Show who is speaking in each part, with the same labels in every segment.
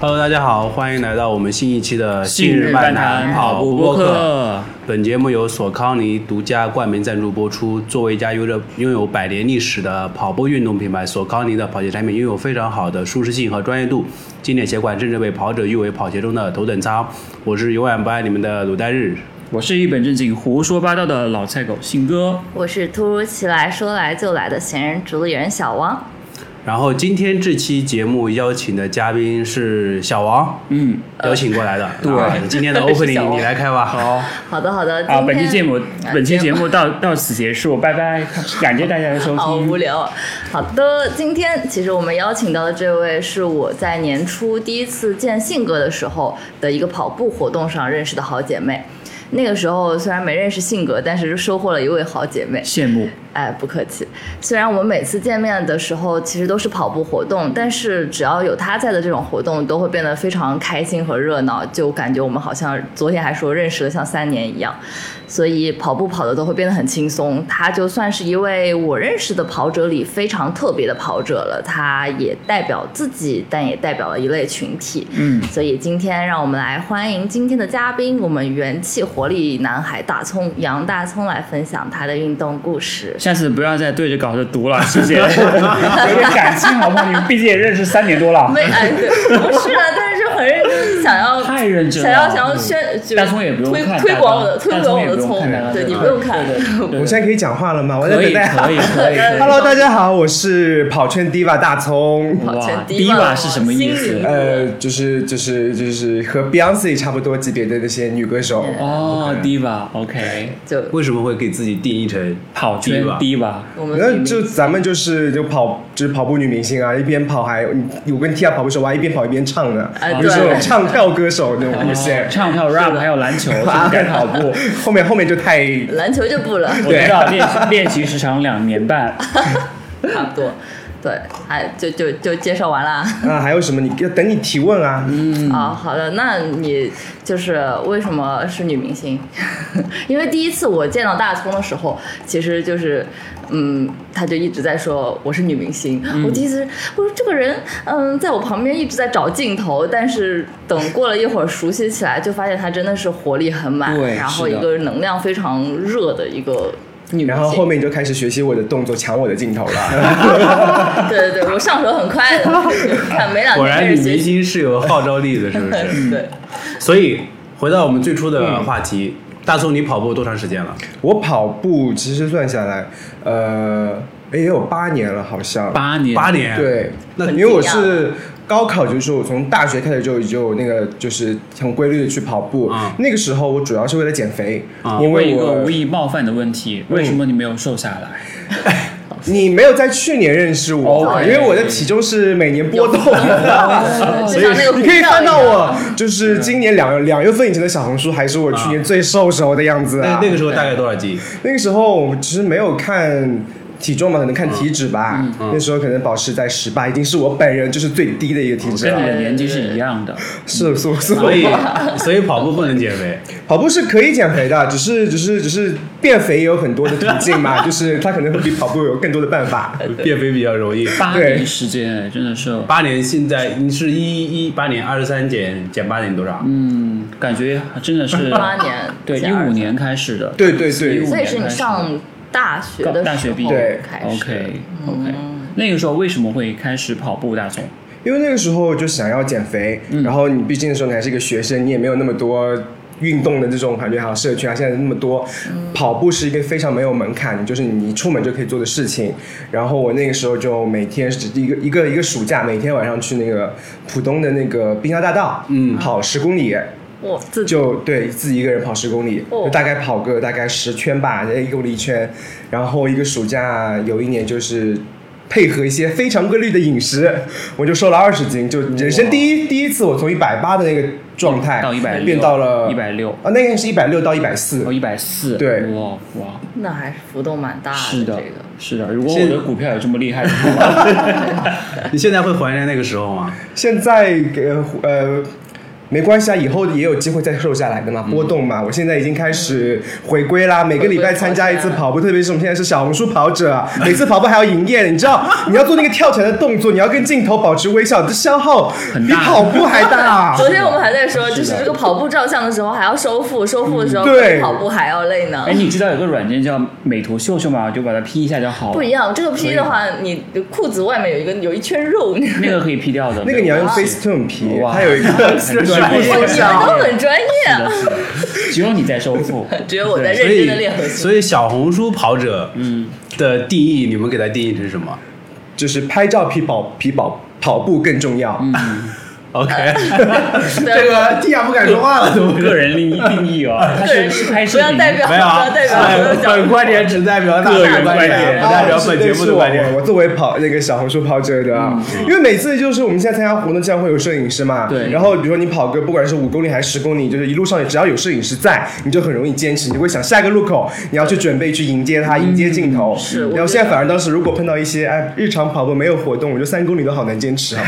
Speaker 1: Hello，大家好，欢迎来到我们新一期的《
Speaker 2: 信
Speaker 1: 日
Speaker 2: 日
Speaker 1: 漫
Speaker 2: 漫谈
Speaker 1: 跑
Speaker 2: 跑
Speaker 1: 步
Speaker 2: 步
Speaker 1: 播
Speaker 2: 播
Speaker 1: 客》。
Speaker 2: 客，
Speaker 1: 本节目由索康尼独家冠名赞助播出。作为一家有着拥有百年历史的跑步运动品牌，索康尼的跑鞋产品拥有非常好的舒适性和专业度，经典鞋款甚至被跑者誉为跑鞋中的头等舱。我是永远不爱你们的卤蛋日。
Speaker 2: 我是一本正经胡说八道的老菜狗信哥。
Speaker 3: 我是突如其来、说来就来的闲人主理人小王。
Speaker 1: 然后今天这期节目邀请的嘉宾是小王，
Speaker 2: 嗯，
Speaker 1: 邀请过来的。
Speaker 2: 对
Speaker 1: 啊今天的
Speaker 3: 是小
Speaker 1: opening
Speaker 3: 王
Speaker 1: 你来开吧。好，
Speaker 3: 好的，好的，
Speaker 2: 好，
Speaker 3: 今
Speaker 2: 本期
Speaker 3: 天
Speaker 2: 节目
Speaker 3: 啊
Speaker 2: 本期节目到到此结束，拜拜，感谢大家的收
Speaker 3: 好
Speaker 2: 听
Speaker 3: 无。聊。好的，今天其实我们邀请到的这位是我在年初第一次见信哥的时候的一个跑步活动上认识的好姐妹。那个时候虽然没认识信哥，但是收获了一位好姐妹。
Speaker 2: 羡慕，
Speaker 3: 哎，不客气。虽然我们每次见面的时候其实都是跑步活动，但是只要有他在的这种活动，都会变得非常开心和热闹，就感觉我们好像昨天还说认识了像三年一样。所以跑步跑的都会变得很轻松。他就算是一位我认识的跑者里非常特别的跑者了，他也代表自己，但也代表了一类群体。
Speaker 2: 嗯，
Speaker 3: 所以今天让我们来欢迎今天的嘉宾，我们元气活力男孩大葱杨大葱来分享他的运动故事。
Speaker 2: 下次不要再对着稿子读了， 谢谢，有点感性好不好？你们毕竟也认识三年多了，
Speaker 3: 没哎，对，不是啊，但是很认真，想要
Speaker 2: 太认真了。嗯
Speaker 3: 想要想要宣，就是
Speaker 2: 大葱也不用
Speaker 3: 推
Speaker 2: 看
Speaker 3: 推广我的推
Speaker 2: 大
Speaker 3: 广
Speaker 2: 葱
Speaker 3: 我
Speaker 2: 也
Speaker 3: 的
Speaker 2: 不用看大葱
Speaker 3: 葱，对
Speaker 2: 对
Speaker 3: 你
Speaker 2: 吧
Speaker 3: 不用看，
Speaker 4: 我现在可以讲话了吗？我在
Speaker 2: 可
Speaker 4: 等
Speaker 2: 以，
Speaker 4: 待。
Speaker 2: 可以，可以， 可以。
Speaker 4: Hello，大家好，我是跑圈 diva 大葱。
Speaker 3: 好
Speaker 2: 哇
Speaker 3: 全
Speaker 2: 第一把是什么意思
Speaker 3: 心里
Speaker 4: 呃，就是就是就是和 Beyonce 差不多级别的那些女歌手，
Speaker 2: 哦，diva，OK，
Speaker 3: 就
Speaker 1: 为什么会给自己定义成
Speaker 2: 跑圈
Speaker 1: diva
Speaker 2: diva，
Speaker 3: 我们
Speaker 4: 那
Speaker 3: 女
Speaker 4: 就咱们就是就跑就是跑步女明星啊，一边跑还我跟 Tia 跑步的时候，我还一边跑一边唱呢，
Speaker 3: 哎
Speaker 2: 啊
Speaker 4: 就是那
Speaker 3: 对
Speaker 4: 种唱跳歌手那种路
Speaker 2: 哦
Speaker 4: 线。
Speaker 2: 唱跳 rap 还有篮 球，这不该跑 步。
Speaker 4: 后面后面就太
Speaker 3: 篮球就不了，
Speaker 2: 我知道练练习时长两年半，
Speaker 3: 差不多。对，哎，就就就介绍完了、
Speaker 4: 啊，还有什么你要等你提问啊？
Speaker 2: 嗯
Speaker 3: 啊。好的，那你就是为什么是女明星？ 因为第一次我见到大葱的时候，其实就是，嗯，他就一直在说我是女明星。
Speaker 2: 嗯
Speaker 3: 我第一次我说这个人，嗯，在我旁边一直在找镜头，但是等过了一会儿熟悉起来，就发现她真的是活力很满，
Speaker 2: 对
Speaker 3: 然后
Speaker 2: 是
Speaker 3: 一
Speaker 2: 的
Speaker 3: 个能量非常热的一个女明星。
Speaker 4: 然后后面你就开始学习我的动作，抢我的镜头了。
Speaker 3: 对对对，我上手很快 的，看没两
Speaker 1: 果
Speaker 3: 天
Speaker 1: 然
Speaker 3: 开
Speaker 1: 女
Speaker 3: 始学
Speaker 1: 明
Speaker 3: 习。
Speaker 1: 星是有号召力的，是不是？
Speaker 3: 对，
Speaker 2: 嗯
Speaker 1: 所以回到我们最初
Speaker 4: 嗯
Speaker 1: 的话题，大宋，你跑步多长时间了？
Speaker 4: 我跑步其实算下来，呃，也有八年了，好像
Speaker 2: 八年，
Speaker 1: 八年。，
Speaker 4: 对，
Speaker 1: 那
Speaker 4: 因为我是高考，就是我从大学开始就就有那个就是很规律的去跑步。
Speaker 1: 嗯
Speaker 4: 那个时候我主要是为了减肥，
Speaker 1: 嗯
Speaker 4: 因
Speaker 2: 问一
Speaker 4: 为
Speaker 2: 个
Speaker 4: 我嗯
Speaker 2: 无意冒犯的问题，为什么你没有瘦下来？
Speaker 4: 你没有在去年认识我，
Speaker 2: OK
Speaker 4: 因为我的体重是每年波 动的，所
Speaker 3: 就像那个
Speaker 4: 以你可以
Speaker 3: 股票
Speaker 4: 看到
Speaker 3: 一样
Speaker 4: 我就是今年两两月份以前的小红书，还是我去年最瘦时候的样子
Speaker 1: 那
Speaker 4: 啊。
Speaker 1: 那个时候大概多少斤？
Speaker 4: 那个时候我其实没有看体重嘛，可能看体脂吧。那时候可能保持在十八，已经是我本人就是最低的一个体脂
Speaker 2: 跟你
Speaker 4: 了。
Speaker 2: 的年纪是一样的，
Speaker 4: 是，所所
Speaker 1: 所以所以跑步不能减 肥。
Speaker 4: 跑步是可以减肥的，只是只是只是变肥也有很多的途径嘛， 就是它可能会比跑步有更多的办法。
Speaker 1: 变肥比较容易。
Speaker 2: 八
Speaker 4: 对
Speaker 2: 年时间真的是，
Speaker 1: 八年现在你是一一八年二十三减减八年多少？
Speaker 2: 嗯，感觉真的是
Speaker 3: 八年，
Speaker 2: 对，一
Speaker 3: 减二
Speaker 2: 五
Speaker 3: 十，
Speaker 2: 年开始的，
Speaker 4: 对对
Speaker 2: 15
Speaker 4: 对，
Speaker 3: 所以是你上大学的时候
Speaker 2: 大学毕
Speaker 4: 业
Speaker 3: 开始嗯
Speaker 2: ，OK OK。那个时候为什么会开始跑步？大总
Speaker 4: 因为那个时候就想要减肥，然后你毕竟那时候你还是一个学生，你也没有那么多。运动的这种感觉，还有社群啊，现在那么多，跑步是一个非常没有门槛，就是你一出门就可以做的事情。然后我那个时候就每天是一个一个一个暑假，每天晚上去那个浦东的那个滨江大道，嗯，跑十公里，
Speaker 3: 我自己
Speaker 4: 就对自己一个人跑十公里，
Speaker 3: 哦
Speaker 4: 就大概跑个大概十圈吧，一公里一圈。然后一个暑假有一年就是配合一些非常规律的饮食，我就瘦了二十斤，就人生第一第一次我从一百八的那个状态
Speaker 2: 到160
Speaker 4: 变到了
Speaker 2: 160
Speaker 4: 啊，那个是一百六到一百四
Speaker 2: 哦，。一百四，
Speaker 4: 对
Speaker 2: 哇哇，
Speaker 3: 那还是浮动蛮大
Speaker 2: 是
Speaker 3: 的
Speaker 2: 的
Speaker 3: 啊这个。，
Speaker 2: 是的。如果我
Speaker 1: 现
Speaker 2: 的股票有这么厉害的话，
Speaker 1: 你现在会怀念那个时候吗？
Speaker 4: 现在呃呃。没关系啊，以后也有机会再瘦下来的嘛，波动嘛。我现在已经开始回归啦，每个礼拜参加一次跑步，特别是我们现在是小红书跑者，每次跑步还要营业，你知道你要做那个跳起来的动作，你要跟镜头保持微笑，这消耗比
Speaker 2: 大
Speaker 4: 跑步还 大。
Speaker 3: 昨天我们还在说，就是这个跑步照相的时候还要收腹，收腹的时候
Speaker 4: 对
Speaker 3: 比跑步还要累 呢
Speaker 2: 哎，。你知道有个软件叫美图秀秀吗？就把它 P 一下就好
Speaker 3: 不
Speaker 2: 了
Speaker 3: 一，样，这个 P 的话，你裤子外面有一个有一圈肉，你
Speaker 2: 那个可以 P 掉的。
Speaker 4: 那个你要用
Speaker 2: 对
Speaker 4: Facetune 皮，
Speaker 2: 哇
Speaker 4: 它有一个
Speaker 2: 是是
Speaker 4: 软件
Speaker 2: 是
Speaker 3: 们都很专业，
Speaker 2: 是的，只有你在收腹。
Speaker 3: 只有我在
Speaker 1: 所
Speaker 3: 认真的练核
Speaker 1: 以，
Speaker 3: 心。
Speaker 1: 所以小红书跑者，嗯，的定义，你们给它定义成什么
Speaker 4: 就是拍照比跑比跑跑步更重要。
Speaker 1: ？OK，
Speaker 4: 这个蒂亚不 敢说话了，都
Speaker 2: 个人定义定义哦，他
Speaker 3: 个人
Speaker 2: 是是拍视
Speaker 3: 不要
Speaker 2: 频，
Speaker 3: 代表，不
Speaker 1: 没有啊
Speaker 3: 要代表
Speaker 1: 哎
Speaker 3: 不要讲
Speaker 1: 本观点只代表大
Speaker 2: 个人
Speaker 1: 众观
Speaker 2: 观点
Speaker 1: 不代表本节目的观
Speaker 4: 哦啊是对是
Speaker 1: 点。嗯
Speaker 4: 我我作为跑那个小红书跑者的啊，因为每次就是我们现在参加活动，这样会有摄影师嘛。
Speaker 2: 对
Speaker 4: 然后比如说你跑个不管是五公里还是十公里，就是一路上只要有摄影师在，你就很容易坚持。你就会想下一个路口你要去准备去迎接他，
Speaker 1: 嗯
Speaker 4: 迎接镜头。
Speaker 3: 是我
Speaker 4: 然
Speaker 3: 觉
Speaker 4: 后
Speaker 3: 得
Speaker 4: 现在反而当时如果碰到一些哎日常跑步没有活动，我觉得三公里都好难坚持啊。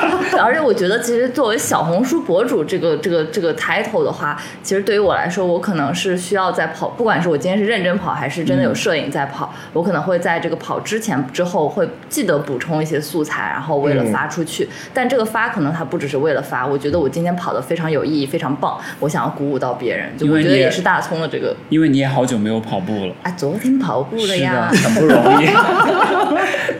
Speaker 3: 而且我觉得，其实作为小红书博主这个这个这个 title 的话，其实对于我来说，我可能是需要在跑，不管是我今天是认真跑，还是
Speaker 2: 嗯
Speaker 3: 真的有摄影在跑，我可能会在这个跑之前、之后会记得补充一些素材，然后为
Speaker 2: 嗯
Speaker 3: 了发出去。但这个发可能它不只是为了发，我觉得我今天跑的非常有意义，非常棒，我想要鼓舞到别人，就
Speaker 2: 因
Speaker 3: 我
Speaker 2: 为
Speaker 3: 觉得
Speaker 2: 你
Speaker 3: 也是大葱的这个。
Speaker 2: 因为你也好久没有跑步了。
Speaker 3: 啊，昨天跑步的
Speaker 2: 是的，
Speaker 3: 呀，
Speaker 2: 很不容易，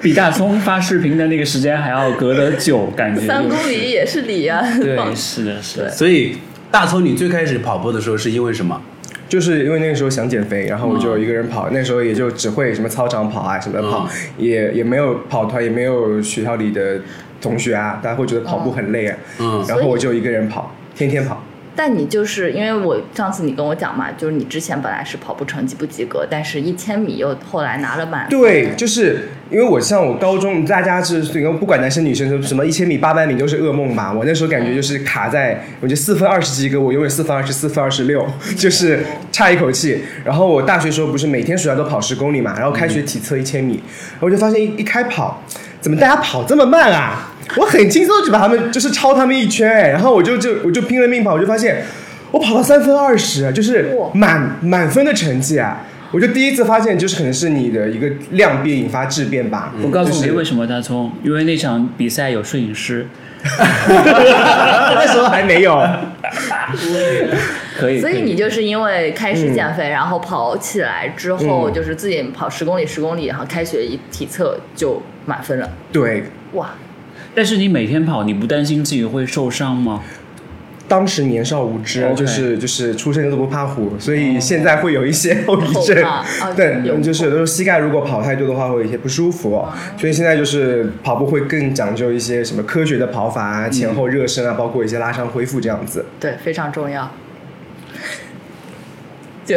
Speaker 2: 比大葱发视频的那个时间还要隔得久，感觉、就是、
Speaker 3: 三公里也是理呀、
Speaker 2: 对，是的，是的，
Speaker 1: 所以，大葱，你最开始跑步的时候是因为什么？
Speaker 4: 就是因为那个时候想减肥，然后
Speaker 1: 嗯
Speaker 4: 我就一个人跑，那时候也就只会什么操场跑啊什么的跑，也也没有跑团，也没有学校里的同学啊，大家会觉得跑步很累啊，
Speaker 1: 嗯
Speaker 4: 然后我就一个人跑，天天跑。
Speaker 3: 但你就是因为我上次你跟我讲嘛，就是你之前本来是跑步成绩不及格，但是一千米又后来拿了满分。
Speaker 4: 对，就是因为我像我高中，大家是不管男生女生，什么一千米、八百米都是噩梦吧。我那时候感觉就是卡在，我觉得四分二十及格，我永远四分二十四、分二十六， 就是差一口气。然后我大学时候不是每天暑假都跑十公里嘛，然后开学体测一千米，然后我就发现一一开跑，怎么大家跑这么慢啊？我很轻松地就把他们就是超他们一圈，哎然后我就就我就拼了命跑，我就发现我跑到三分二十，啊就是
Speaker 3: 哇
Speaker 4: 满满分的成绩啊！我就第一次发现，就是可能是你的一个量变引发质变吧。
Speaker 2: 我告诉
Speaker 4: 就
Speaker 2: 你
Speaker 4: 是
Speaker 2: 为什么大葱，因为那场比赛有摄影师，
Speaker 4: 那时候还没 有，
Speaker 2: 可以，
Speaker 3: 所以
Speaker 2: 可
Speaker 3: 你就是因为开始减肥，然后跑起来之后，
Speaker 4: 嗯
Speaker 3: 就是自己跑十公里、十公里，然后开学一体测就满分了，
Speaker 4: 对，
Speaker 3: 哇！
Speaker 2: 但是你每天跑，你不担心自己会受伤吗？
Speaker 4: 当时年少无知
Speaker 2: OK
Speaker 4: 就是就是出生都不怕虎，所以现在会有一些后遗症。
Speaker 2: 哦
Speaker 3: 后怕啊
Speaker 4: 对，
Speaker 3: 有
Speaker 4: 就是有的时候膝盖如果跑太多的话，会有一些不舒服、
Speaker 2: 哦
Speaker 4: 啊所以现在就是跑步会更讲究一些什么科学的跑法啊、前后热身啊，包括一些拉伤恢复这样子。
Speaker 3: 对，非常重要。就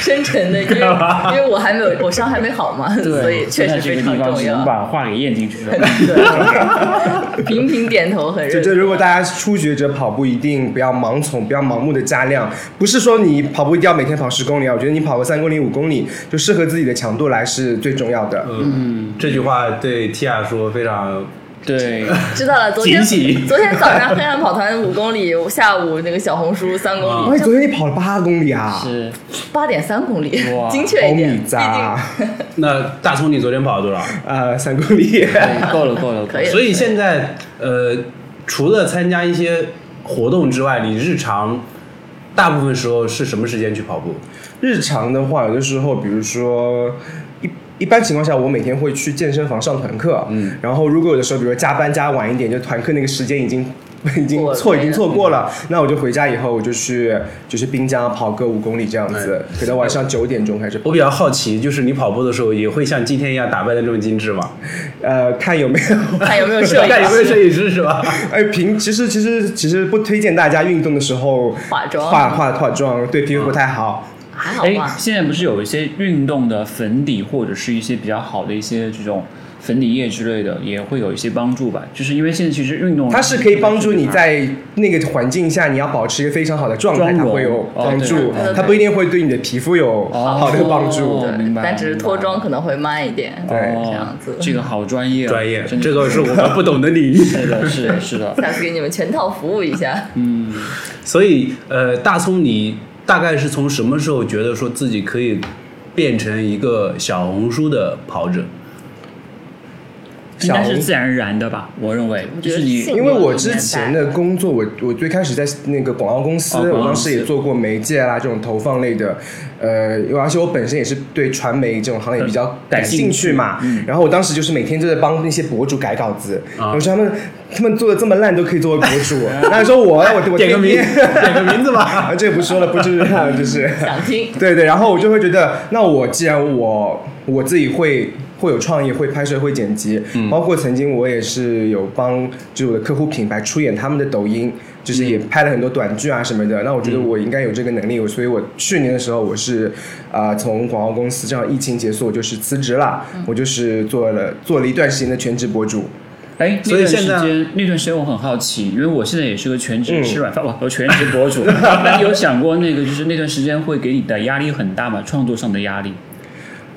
Speaker 3: 深沉 的，因为因为我还没有我伤还没好嘛，所以确实
Speaker 2: 那这个
Speaker 3: 非常
Speaker 2: 地方
Speaker 3: 重
Speaker 2: 只能
Speaker 3: 要。
Speaker 2: 把话给咽进去 了。
Speaker 3: 频频点头，很
Speaker 4: 就
Speaker 3: 认
Speaker 4: 就
Speaker 3: 真。
Speaker 4: 如果大家初学者跑步，一定不要盲从，不要盲目的加量。不是说你跑步一定要每天跑十公里啊，我觉得你跑个三公里、五公里，就适合自己的强度来是最重要的。
Speaker 1: 嗯，这句话对 Tia 说非常
Speaker 2: 对，
Speaker 3: 知道了，昨天
Speaker 1: 惊喜
Speaker 3: 昨天早上黑暗跑团五公里，下午那个小红书三公
Speaker 4: 而
Speaker 3: 里，
Speaker 4: 且昨天你跑了八公里啊，
Speaker 2: 是
Speaker 3: 八点三公里
Speaker 2: 哇，
Speaker 3: 精确一
Speaker 4: 欧米
Speaker 3: 点，毕
Speaker 4: 渣
Speaker 3: 竟，
Speaker 1: 那大葱，你昨天跑了多少？
Speaker 4: 呃，三公里。
Speaker 2: 对够了，够了，
Speaker 3: 可以
Speaker 1: 所以现在呃，除了参加一些活动之外，你日常大部分时候是什么时间去跑步？
Speaker 4: 日常的话，有的时候，比如说一一般情况下，我每天会去健身房上团课，嗯，然后如果有的时候，比如说加班加晚一点，就团课那个时间已经。 已经
Speaker 3: 过了
Speaker 4: 错已经错过了，那我就回家以后，我就去就是滨江跑个五公里这样子，可能晚上九点钟开始跑，
Speaker 1: 我比较好奇，就是你跑步的时候也会像今天一样打扮的这么精致吗？
Speaker 4: 呃，看有没有。
Speaker 3: 看有没有 摄
Speaker 1: 看有没
Speaker 3: 影。
Speaker 1: 有摄影师是吧？
Speaker 4: 哎，平其实其实其实不推荐大家运动的时候
Speaker 3: 化妆
Speaker 4: 化化化妆，对皮肤不太好。
Speaker 3: 还好
Speaker 2: 哎
Speaker 3: 吧，？
Speaker 2: 现在不是有一些运动的粉底，或者是一些比较好的一些这种粉底液之类的，也会有一些帮助吧？就是因为现在其实运动
Speaker 4: 它是可以帮助你在那个环境下，你要保持一个非常好的状态，
Speaker 2: 妆
Speaker 4: 它
Speaker 2: 容
Speaker 4: 会有帮
Speaker 2: 哦
Speaker 4: 助
Speaker 2: 对
Speaker 3: 对，
Speaker 4: 它不一定会对你的皮肤有
Speaker 2: 哦
Speaker 4: 好的帮助
Speaker 2: 哦。明白
Speaker 3: 但只是脱妆可能会慢一点。
Speaker 4: 对
Speaker 2: 哦
Speaker 3: 这样子
Speaker 2: 这个好专业啊，
Speaker 1: 专业，
Speaker 2: 真的
Speaker 1: 这个是我们不懂的领域。
Speaker 2: 是的，是的，是的。
Speaker 3: 下次给你们全套服务一下。
Speaker 1: 所以，呃，大葱，你大概是从什么时候觉得说自己可以变成一个小红书的跑者？
Speaker 2: 应该是自然而然的吧，我认为，
Speaker 3: 我
Speaker 2: 就
Speaker 3: 觉得
Speaker 2: 是你
Speaker 3: 性格
Speaker 4: 因为我之前的工作，我我最开始在那个广告公司，
Speaker 2: 哦广告
Speaker 4: 我当时也
Speaker 2: 公司
Speaker 4: 做过媒介啊啦这种投放类的，呃，因为而且我本身也是对传媒这种行业比较感兴趣嗯嘛，然后我当时就是每天就在帮那些博主改稿子，
Speaker 1: 啊
Speaker 4: 我说他们他们做的这么烂都可以作为博 主，那说我我我
Speaker 1: 点个名，
Speaker 4: 天天
Speaker 1: 点个名字吧。
Speaker 4: 啊，这个不说了，不知道就是。
Speaker 3: 想听，
Speaker 4: 对对，然后我就会觉得，那我既然我我自己会会有创意，会拍摄，会剪辑，包括曾经我也是有帮就是我的客户品牌出演他们的抖音，就是也拍了很多短剧啊什么的。那我觉得我应该有这个能力，我所以我去年的时候我是啊、呃从广告公司正好疫情结束，我就是辞职了，我就是做了做了一段时间的全职博主。
Speaker 2: 哎，那
Speaker 1: 所以
Speaker 2: 段时
Speaker 1: 现在
Speaker 2: 间那段时间我很好奇，因为我现在也是个全职
Speaker 4: 嗯
Speaker 2: 吃软饭， 我我全职博主。那你有想过那个就是那段时间会给你的压力很大吗？创作上的压力？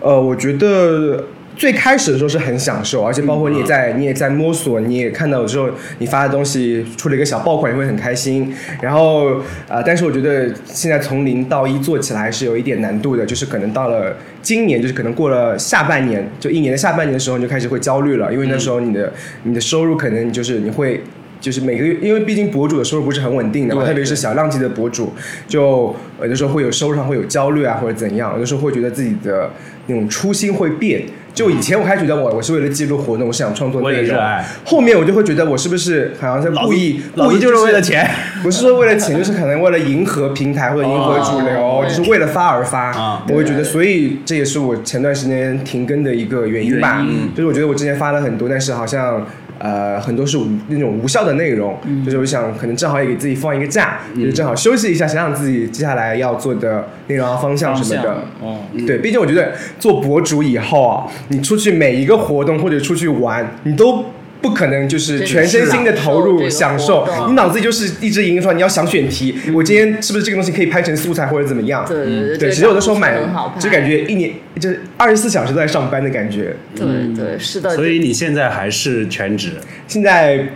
Speaker 4: 呃，我觉得最开始的时候是很享受，而且包括你也在、你也在摸索，你也看到之后你发的东西出了一个小爆款，你会很开心。然后呃，但是我觉得现在从零到一做起来是有一点难度的，就是可能到了今年，就是可能过了下半年，就一年的下半年的时候，你就开始会焦虑了，因为那时候你的、你的收入可能就是你会。就是每个月，因为毕竟博主的收入不是很稳定的嘛，
Speaker 2: 对
Speaker 4: 特别是
Speaker 2: 对
Speaker 4: 小量级的博主，就有的时候会有收入上会有焦虑啊，或者怎样，有的时候会觉得自己的那种初心会变。就以前我还觉得我我是为了记录活动，我是想创作
Speaker 1: 我也啊
Speaker 4: 内容
Speaker 1: 热爱，
Speaker 4: 后面我就会觉得我是不是好像在故意
Speaker 1: 老
Speaker 4: 故
Speaker 1: 子
Speaker 4: 意
Speaker 1: 就是为了，钱。
Speaker 4: 不是说为了钱，就是可能为了迎合平台或者迎合主流，
Speaker 3: 哦
Speaker 4: 就是为了发而发。
Speaker 1: 啊
Speaker 4: 我会觉得，所以这也是我前段时间停更的一个原因吧。
Speaker 2: 原因
Speaker 1: 嗯
Speaker 4: 就是我觉得我之前发了很多，但是好像呃很多是无那种无效的内容，
Speaker 1: 嗯
Speaker 4: 就是我想可能正好也给自己放一个假，就是正好休息一下，想想自己接下来要做的内容啊方向
Speaker 2: 方
Speaker 4: 什么
Speaker 2: 向
Speaker 4: 的。
Speaker 2: 哦，
Speaker 4: 对，毕竟我觉得做博主以后啊，你出去每一个活动或者出去玩，你都。不可能就是
Speaker 3: 对
Speaker 4: 全身心的投
Speaker 3: 是
Speaker 4: 入
Speaker 3: 的
Speaker 4: 享
Speaker 3: 这
Speaker 4: 受
Speaker 3: 个活，动
Speaker 4: 你脑子里就是一直萦说你要想选题，我今天是不是这个东西可以拍成素材或者怎么样？
Speaker 3: 对对
Speaker 4: 嗯对，
Speaker 3: 对，
Speaker 4: 其实有的时候买
Speaker 3: 很好拍，
Speaker 4: 就感觉一年就是二十四小时都在上班的感觉。
Speaker 3: 对对是的，
Speaker 1: 所以你现在还是全职，
Speaker 4: 现在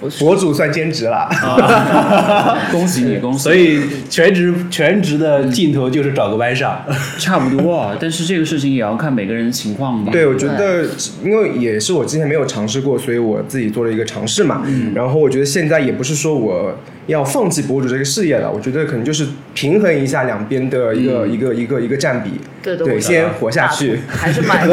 Speaker 3: 不是
Speaker 4: 博主算兼职了，
Speaker 2: 恭喜你，
Speaker 1: 哦
Speaker 2: 恭喜你！
Speaker 1: 所以全职全职的尽头就是找个班上。
Speaker 2: 差不多啊，但是这个事情也要看每个人的情况吧。
Speaker 4: 对，我觉得因为也是我之前没有尝试过，所以我自己做了一个尝试嘛。
Speaker 1: 嗯
Speaker 4: 然后我觉得现在也不是说我要放弃博主这个事业了，我觉得可能就是平衡一下两边的一
Speaker 1: 嗯
Speaker 4: 个、一个一个一个占比，
Speaker 3: 对对
Speaker 4: 对，
Speaker 3: 我
Speaker 4: 先活下去。
Speaker 3: 还是蛮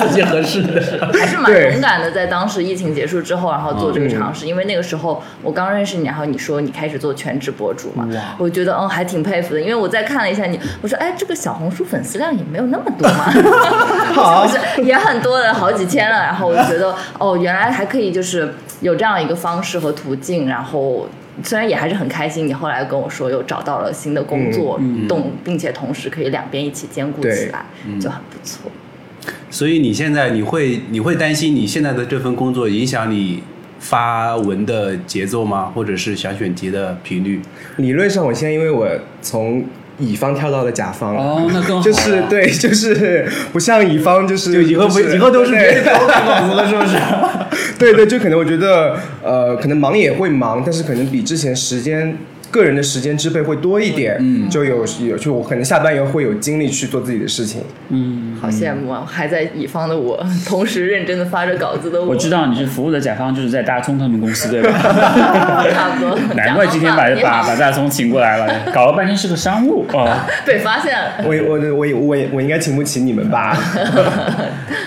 Speaker 1: 自己合适 的。
Speaker 3: 还是蛮
Speaker 4: 对嗯
Speaker 3: 勇敢的，在当时疫情结束之后，然后做这个尝试，因为那个时候我刚认识你，然后你说你开始做全职博主嘛
Speaker 2: 哇，
Speaker 3: 我觉得嗯还挺佩服的，因为我再看了一下你，我说哎这个小红书粉丝量也没有那么多嘛，
Speaker 4: 好
Speaker 3: 是不是也很多的，好几千了，然后我就觉得哦原来还可以就是有这样一个方式和途径，然后。虽然也还是很开心，你后来跟我说又找到了新的工作，动，并且同时可以两边一起兼顾
Speaker 4: 嗯对嗯
Speaker 3: 起来，就很不错。
Speaker 1: 所以你现在你会你会担心你现在的这份工作影响你发文的节奏吗？或者是想选题的频率？
Speaker 4: 理论上，我现在因为我从乙方跳到了甲方。
Speaker 2: 哦，那更好了
Speaker 4: 就是对，就是不像乙方，就是
Speaker 1: 就以后不
Speaker 4: 就是
Speaker 1: 以后都是别
Speaker 4: 对
Speaker 1: 人给我改稿子了，是不是？
Speaker 4: 对对，就可能我觉得，呃，可能忙也会忙，但是可能比之前时间。个人的时间支配会多一点，嗯，就有有就我可能下班以后会有精力去做自己的事情，
Speaker 3: 好羡慕啊！还在乙方的我，同时认真的发着稿子的我，
Speaker 2: 我知道你是服务的甲方，就是在大葱他们公司对吧？
Speaker 3: 差不多。
Speaker 2: 难怪今天把
Speaker 3: 甲
Speaker 2: 把
Speaker 3: 方
Speaker 2: 把
Speaker 3: 吧
Speaker 2: 大葱请过来了，搞了半天是个商务
Speaker 1: 哦
Speaker 2: 啊。
Speaker 3: 你好被发现了。
Speaker 4: 我我我我我应该请不起你们吧？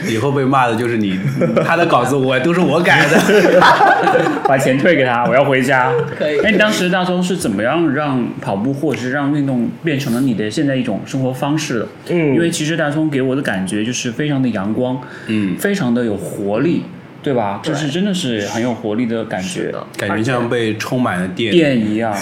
Speaker 1: 以后被骂的就是你， 他的稿子我都是我改的。
Speaker 2: 把钱退给他，我要回家。哎
Speaker 3: 可以
Speaker 2: 那你当时大钟是怎么样让跑步或者是让运动变成了你的现在一种生活方式的？
Speaker 4: 嗯
Speaker 2: 因为其实大钟给我的感觉就是非常的阳光，
Speaker 1: 嗯，
Speaker 2: 非常的有活力。对吧？
Speaker 3: 对
Speaker 2: 就是真的是很有活力的感
Speaker 3: 是
Speaker 2: 觉，
Speaker 3: 的，
Speaker 1: 感觉像被充满了电。
Speaker 2: 电啊一样，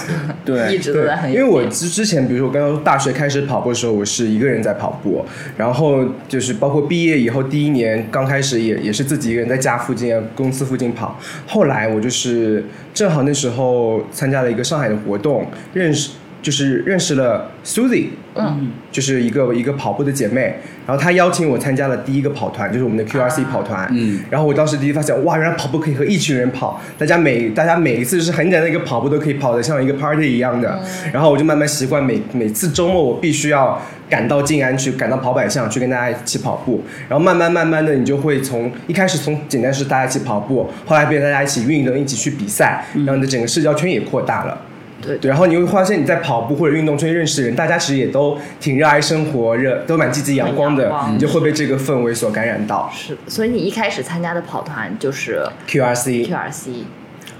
Speaker 3: 而且
Speaker 2: 对，
Speaker 3: 一直都
Speaker 4: 对
Speaker 3: 在，很
Speaker 4: 因
Speaker 3: 有
Speaker 4: 为我
Speaker 3: 劲
Speaker 4: 之之前，比如说我刚刚大学开始跑步的时候，我是一个人在跑步，然后就是包括毕业以后第一年刚开始也也是自己一个人在家附近、啊公司附近跑。后来我就是正好那时候参加了一个上海的活动，认识就是认识了 Susie，
Speaker 3: 嗯，
Speaker 4: 就是一个一个跑步的姐妹，然后她邀请我参加了第一个跑团，就是我们的 QRC
Speaker 3: 啊
Speaker 4: 跑团。
Speaker 1: 嗯，
Speaker 4: 然后我当时第一发现，哇，原来跑步可以和一群人跑，大家每大家每一次就是很简单的一个跑步都可以跑得像一个 party 一样的。
Speaker 3: 嗯
Speaker 4: 然后我就慢慢习惯每每次周末我必须要赶到静安去，赶到跑板巷去跟大家一起跑步。然后慢慢慢慢的，你就会从一开始从简单是大家一起跑步，后来变成大家一起运动，一起去比赛，然后你的整个社交圈也扩大了。
Speaker 3: 嗯对
Speaker 4: 对，然后你会发现你在跑步或者运动圈认识的人，大家其实也都挺热爱生活，热都蛮积极阳光
Speaker 3: 很
Speaker 4: 的
Speaker 3: 阳，光
Speaker 4: 你就会被这个氛围所感染到。
Speaker 3: 是，所以你一开始参加的跑团就是
Speaker 4: QRC
Speaker 3: QRC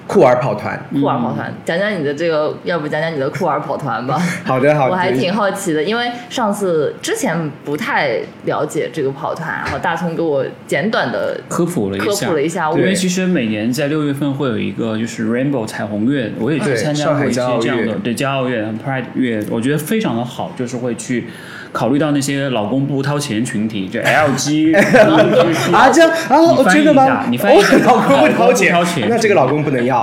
Speaker 4: 酷儿跑团，
Speaker 2: 嗯
Speaker 3: 酷儿跑团，讲讲你的这个，要不讲讲你的酷儿跑 团吧？
Speaker 4: 好的好的，
Speaker 3: 我还挺好奇的，因为上次之前不太了解这个跑团，然后大葱给我简短的
Speaker 2: 科普了一
Speaker 3: 科
Speaker 2: 下
Speaker 3: 普了。一下，我
Speaker 2: 因
Speaker 4: 对
Speaker 2: 为其实每年在六月份会有一个就是 Rainbow 彩虹月，我也去
Speaker 4: 对
Speaker 2: 参加
Speaker 4: 上
Speaker 2: 过
Speaker 4: 海
Speaker 2: 一些
Speaker 4: 骄傲
Speaker 2: 这样的
Speaker 4: 月
Speaker 2: 对骄傲月、Pride 月，我觉得非常的好，就是会去考虑到那些老公不掏钱群体，就 LG
Speaker 4: 啊这样啊，
Speaker 2: 你
Speaker 4: 我
Speaker 2: 翻译
Speaker 4: 真的
Speaker 2: 一下
Speaker 4: 吗？
Speaker 2: 你翻译一下
Speaker 4: 哦老公
Speaker 2: 老
Speaker 4: 不
Speaker 2: 公
Speaker 4: 掏
Speaker 2: 不
Speaker 4: 钱
Speaker 2: 掏钱，
Speaker 4: 那这个老公不 能要。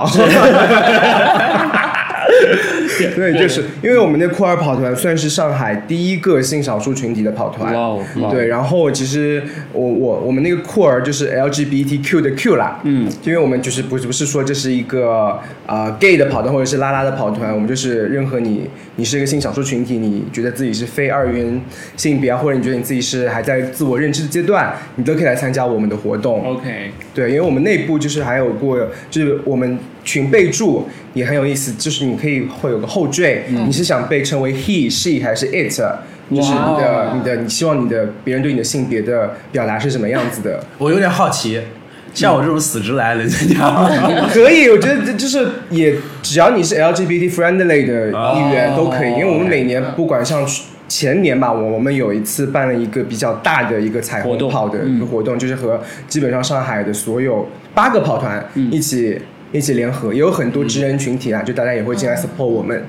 Speaker 4: 对，就是因为我们的酷儿跑团算是上海第一个性少数群体的跑团。
Speaker 2: 哇哦哇哦
Speaker 4: 对，然后其实我我我们那个酷儿就是 LGBTQ 的 Q 啦，嗯，因为我们就是不是不是说这是一个啊 gay 的跑团或者是拉拉的跑团，我们就是任何你你是一个性少数群体，你觉得自己是非二元性别啊，或者你觉得你自己是还在自我认知的阶段，你都可以来参加我们的活动。
Speaker 2: OK，
Speaker 4: 对，因为我们内部就是还有过，就是我们群备注也很有意思，就是你可以会有个后缀，你是想被称为 he、she 还是 it？就是你
Speaker 2: 哇
Speaker 4: 的、你的，你希望你的别人对你的性别的表达是什么样子的？
Speaker 1: 我有点好奇，像我这种死直男
Speaker 3: 嗯
Speaker 1: 能参加 吗？
Speaker 4: 可以，我觉得这就是也，只要你是 LGBT friendly 的一员
Speaker 1: 哦
Speaker 4: 都可以，因为我们每年不管上去。前年吧，我我们有一次办了一个比较大的一个彩
Speaker 2: 活
Speaker 4: 虹
Speaker 2: 动嗯
Speaker 4: 跑的一个活动，就是和基本上上海的所有八个跑团
Speaker 2: 嗯
Speaker 4: 一起、一起联合，也有很多职人群体啊，就大家也会
Speaker 2: 嗯
Speaker 4: 进来 support 我们。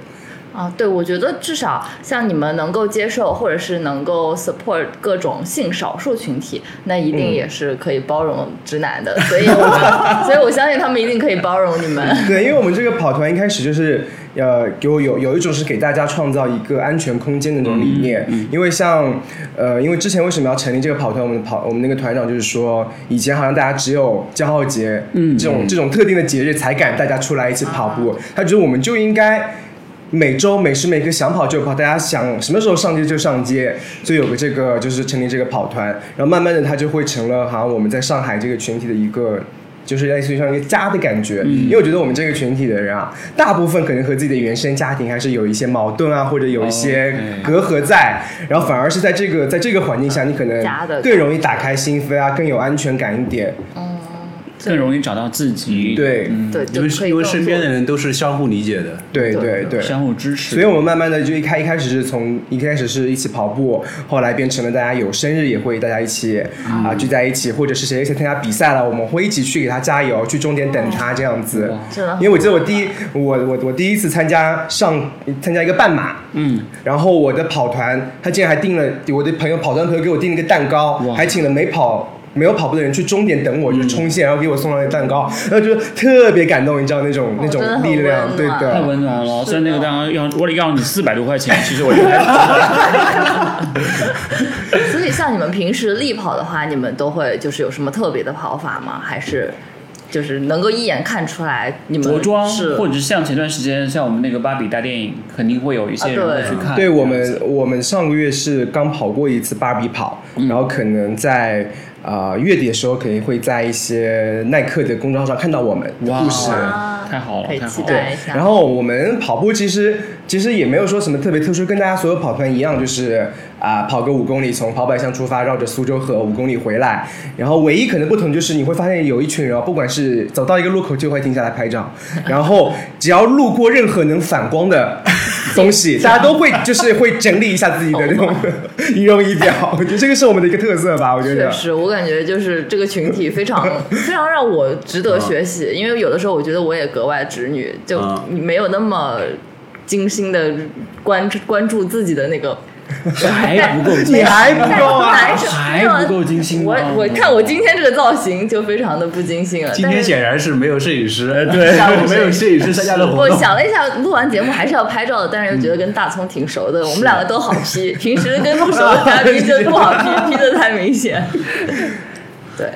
Speaker 3: 啊，对，我觉得至少像你们能够接受，或者是能够 support 各种性少数群体，那一定
Speaker 4: 嗯
Speaker 3: 也是可以包容直男的。所以我，所以我相信他们一定可以包容你们。
Speaker 4: 对，因为我们这个跑团一开始就是呃，给我有有一种是给大家创造一个安全空间的那种理念。因为像呃，因为之前为什么要成立这个跑团？我们跑我们那个团长就是说，以前好像大家只有骄傲节，嗯，啊这种这种特定的节日才敢大家出来一起跑步。他觉得我们就应该。每周每时每刻想跑就跑，大家想什么时候上街就上街，就有个这个就是成立这个跑团，然后慢慢的它就会成了好像我们在上海这个群体的一个。就是类似于像一个家的感觉，因为我觉得我们这个群体的人啊，大部分可能和自己的原生家庭还是有一些矛盾啊，或者有一些隔阂在，然后反而是在这个在这个环境下，你可
Speaker 3: 家的
Speaker 4: 能更容易打开心扉啊，更有安全感一点。
Speaker 2: 更容易找到自己，，
Speaker 4: 嗯
Speaker 2: 嗯
Speaker 4: 对，
Speaker 3: 对，
Speaker 1: 因
Speaker 3: 就
Speaker 1: 为
Speaker 3: 可以
Speaker 1: 因为
Speaker 3: 更
Speaker 1: 身
Speaker 3: 做
Speaker 1: 边的人都是相互理解的。
Speaker 4: 对对对，
Speaker 2: 相互支持，
Speaker 4: 所以我们慢慢的就一开一开始是从一开始是一起跑步，后来变成了大家有生日也会大家一起
Speaker 3: 嗯
Speaker 4: 啊、聚在一起，或者是谁谁参加比赛了，我们会一起去给他加油，去终点等他这样子
Speaker 2: 哇。
Speaker 3: 真的很
Speaker 4: 因为我记得我第一我我我第一次参加上参加一个半马，
Speaker 2: 嗯，
Speaker 4: 然后我的跑团他竟然还订了我的朋友跑团朋友给我订了一个蛋糕
Speaker 2: 哇，
Speaker 4: 还请了没跑。没有跑步的人去终点等我，
Speaker 3: 嗯
Speaker 4: 就是冲线，然后给我送上一个蛋糕，然后就特别感动，你知道那种、那种
Speaker 3: 哦真的很
Speaker 4: 力量，
Speaker 3: 温
Speaker 4: 对
Speaker 3: 暖
Speaker 4: 的，
Speaker 2: 太温暖了。
Speaker 3: 是
Speaker 2: 在那个
Speaker 3: 的
Speaker 2: 蛋糕要我要你四百多块钱，其实我觉 得
Speaker 3: 所以，像你们平时力跑的话，你们都会就是有什么特别的跑法吗？还是就是能够一眼看出来你们
Speaker 2: 着装
Speaker 3: 是
Speaker 2: 或者是像前段时间像我们那个芭比大电影，肯定会有一些人
Speaker 3: 啊
Speaker 2: 会去看。
Speaker 4: 对我们，我们上个月是刚跑过一次芭比跑，
Speaker 2: 嗯
Speaker 4: 然后可能在呃月底的时候，可能会在一些耐克的公众号上看到我们的
Speaker 2: 哇
Speaker 4: 故事。
Speaker 3: 哇
Speaker 2: 太好了
Speaker 3: 可以
Speaker 2: 太好
Speaker 3: 期
Speaker 2: 了
Speaker 3: 待一下。
Speaker 4: 然后我们跑步其实其实也没有说什么特别特殊，跟大家所有跑团一样，就是啊、跑个五公里，从跑百巷出发，绕着苏州河五公里回来。然后唯一可能不同就是你会发现有一群人哦，不管是 走到一个路口就会停下来拍照，然后只要路过任何能反光的东西，大家都 会就是会整理一下自己的这种 仪容仪表，我觉得这个是我们的一个特色吧，我觉
Speaker 3: 确
Speaker 4: 得。
Speaker 3: 实，我感觉就是这个群体非常 非常让我值
Speaker 2: 啊
Speaker 3: 得学习，因为有的时候我觉得我也格外直女，就
Speaker 2: 啊
Speaker 1: 嗯
Speaker 3: 没有那么精心的关关注自己的那个。
Speaker 2: 还不够
Speaker 4: 你
Speaker 2: 精
Speaker 4: 还不够 啊！
Speaker 3: 但是
Speaker 2: 哎还不够精心吗啊
Speaker 3: 我我看我今天这个造型就非常的不精心了。
Speaker 1: 今
Speaker 3: 但
Speaker 1: 天
Speaker 3: 是
Speaker 1: 显然是没有摄影 师，
Speaker 2: 对
Speaker 1: 下午没有摄影师参加的活
Speaker 3: 我
Speaker 1: 动。
Speaker 3: 想了一下，录完节目还是要拍照的，但是又觉得跟大葱挺熟
Speaker 1: 嗯
Speaker 3: 的，我们两 个都好 P，平时跟不熟的嘉宾就不好 P，P 的太 明显。对，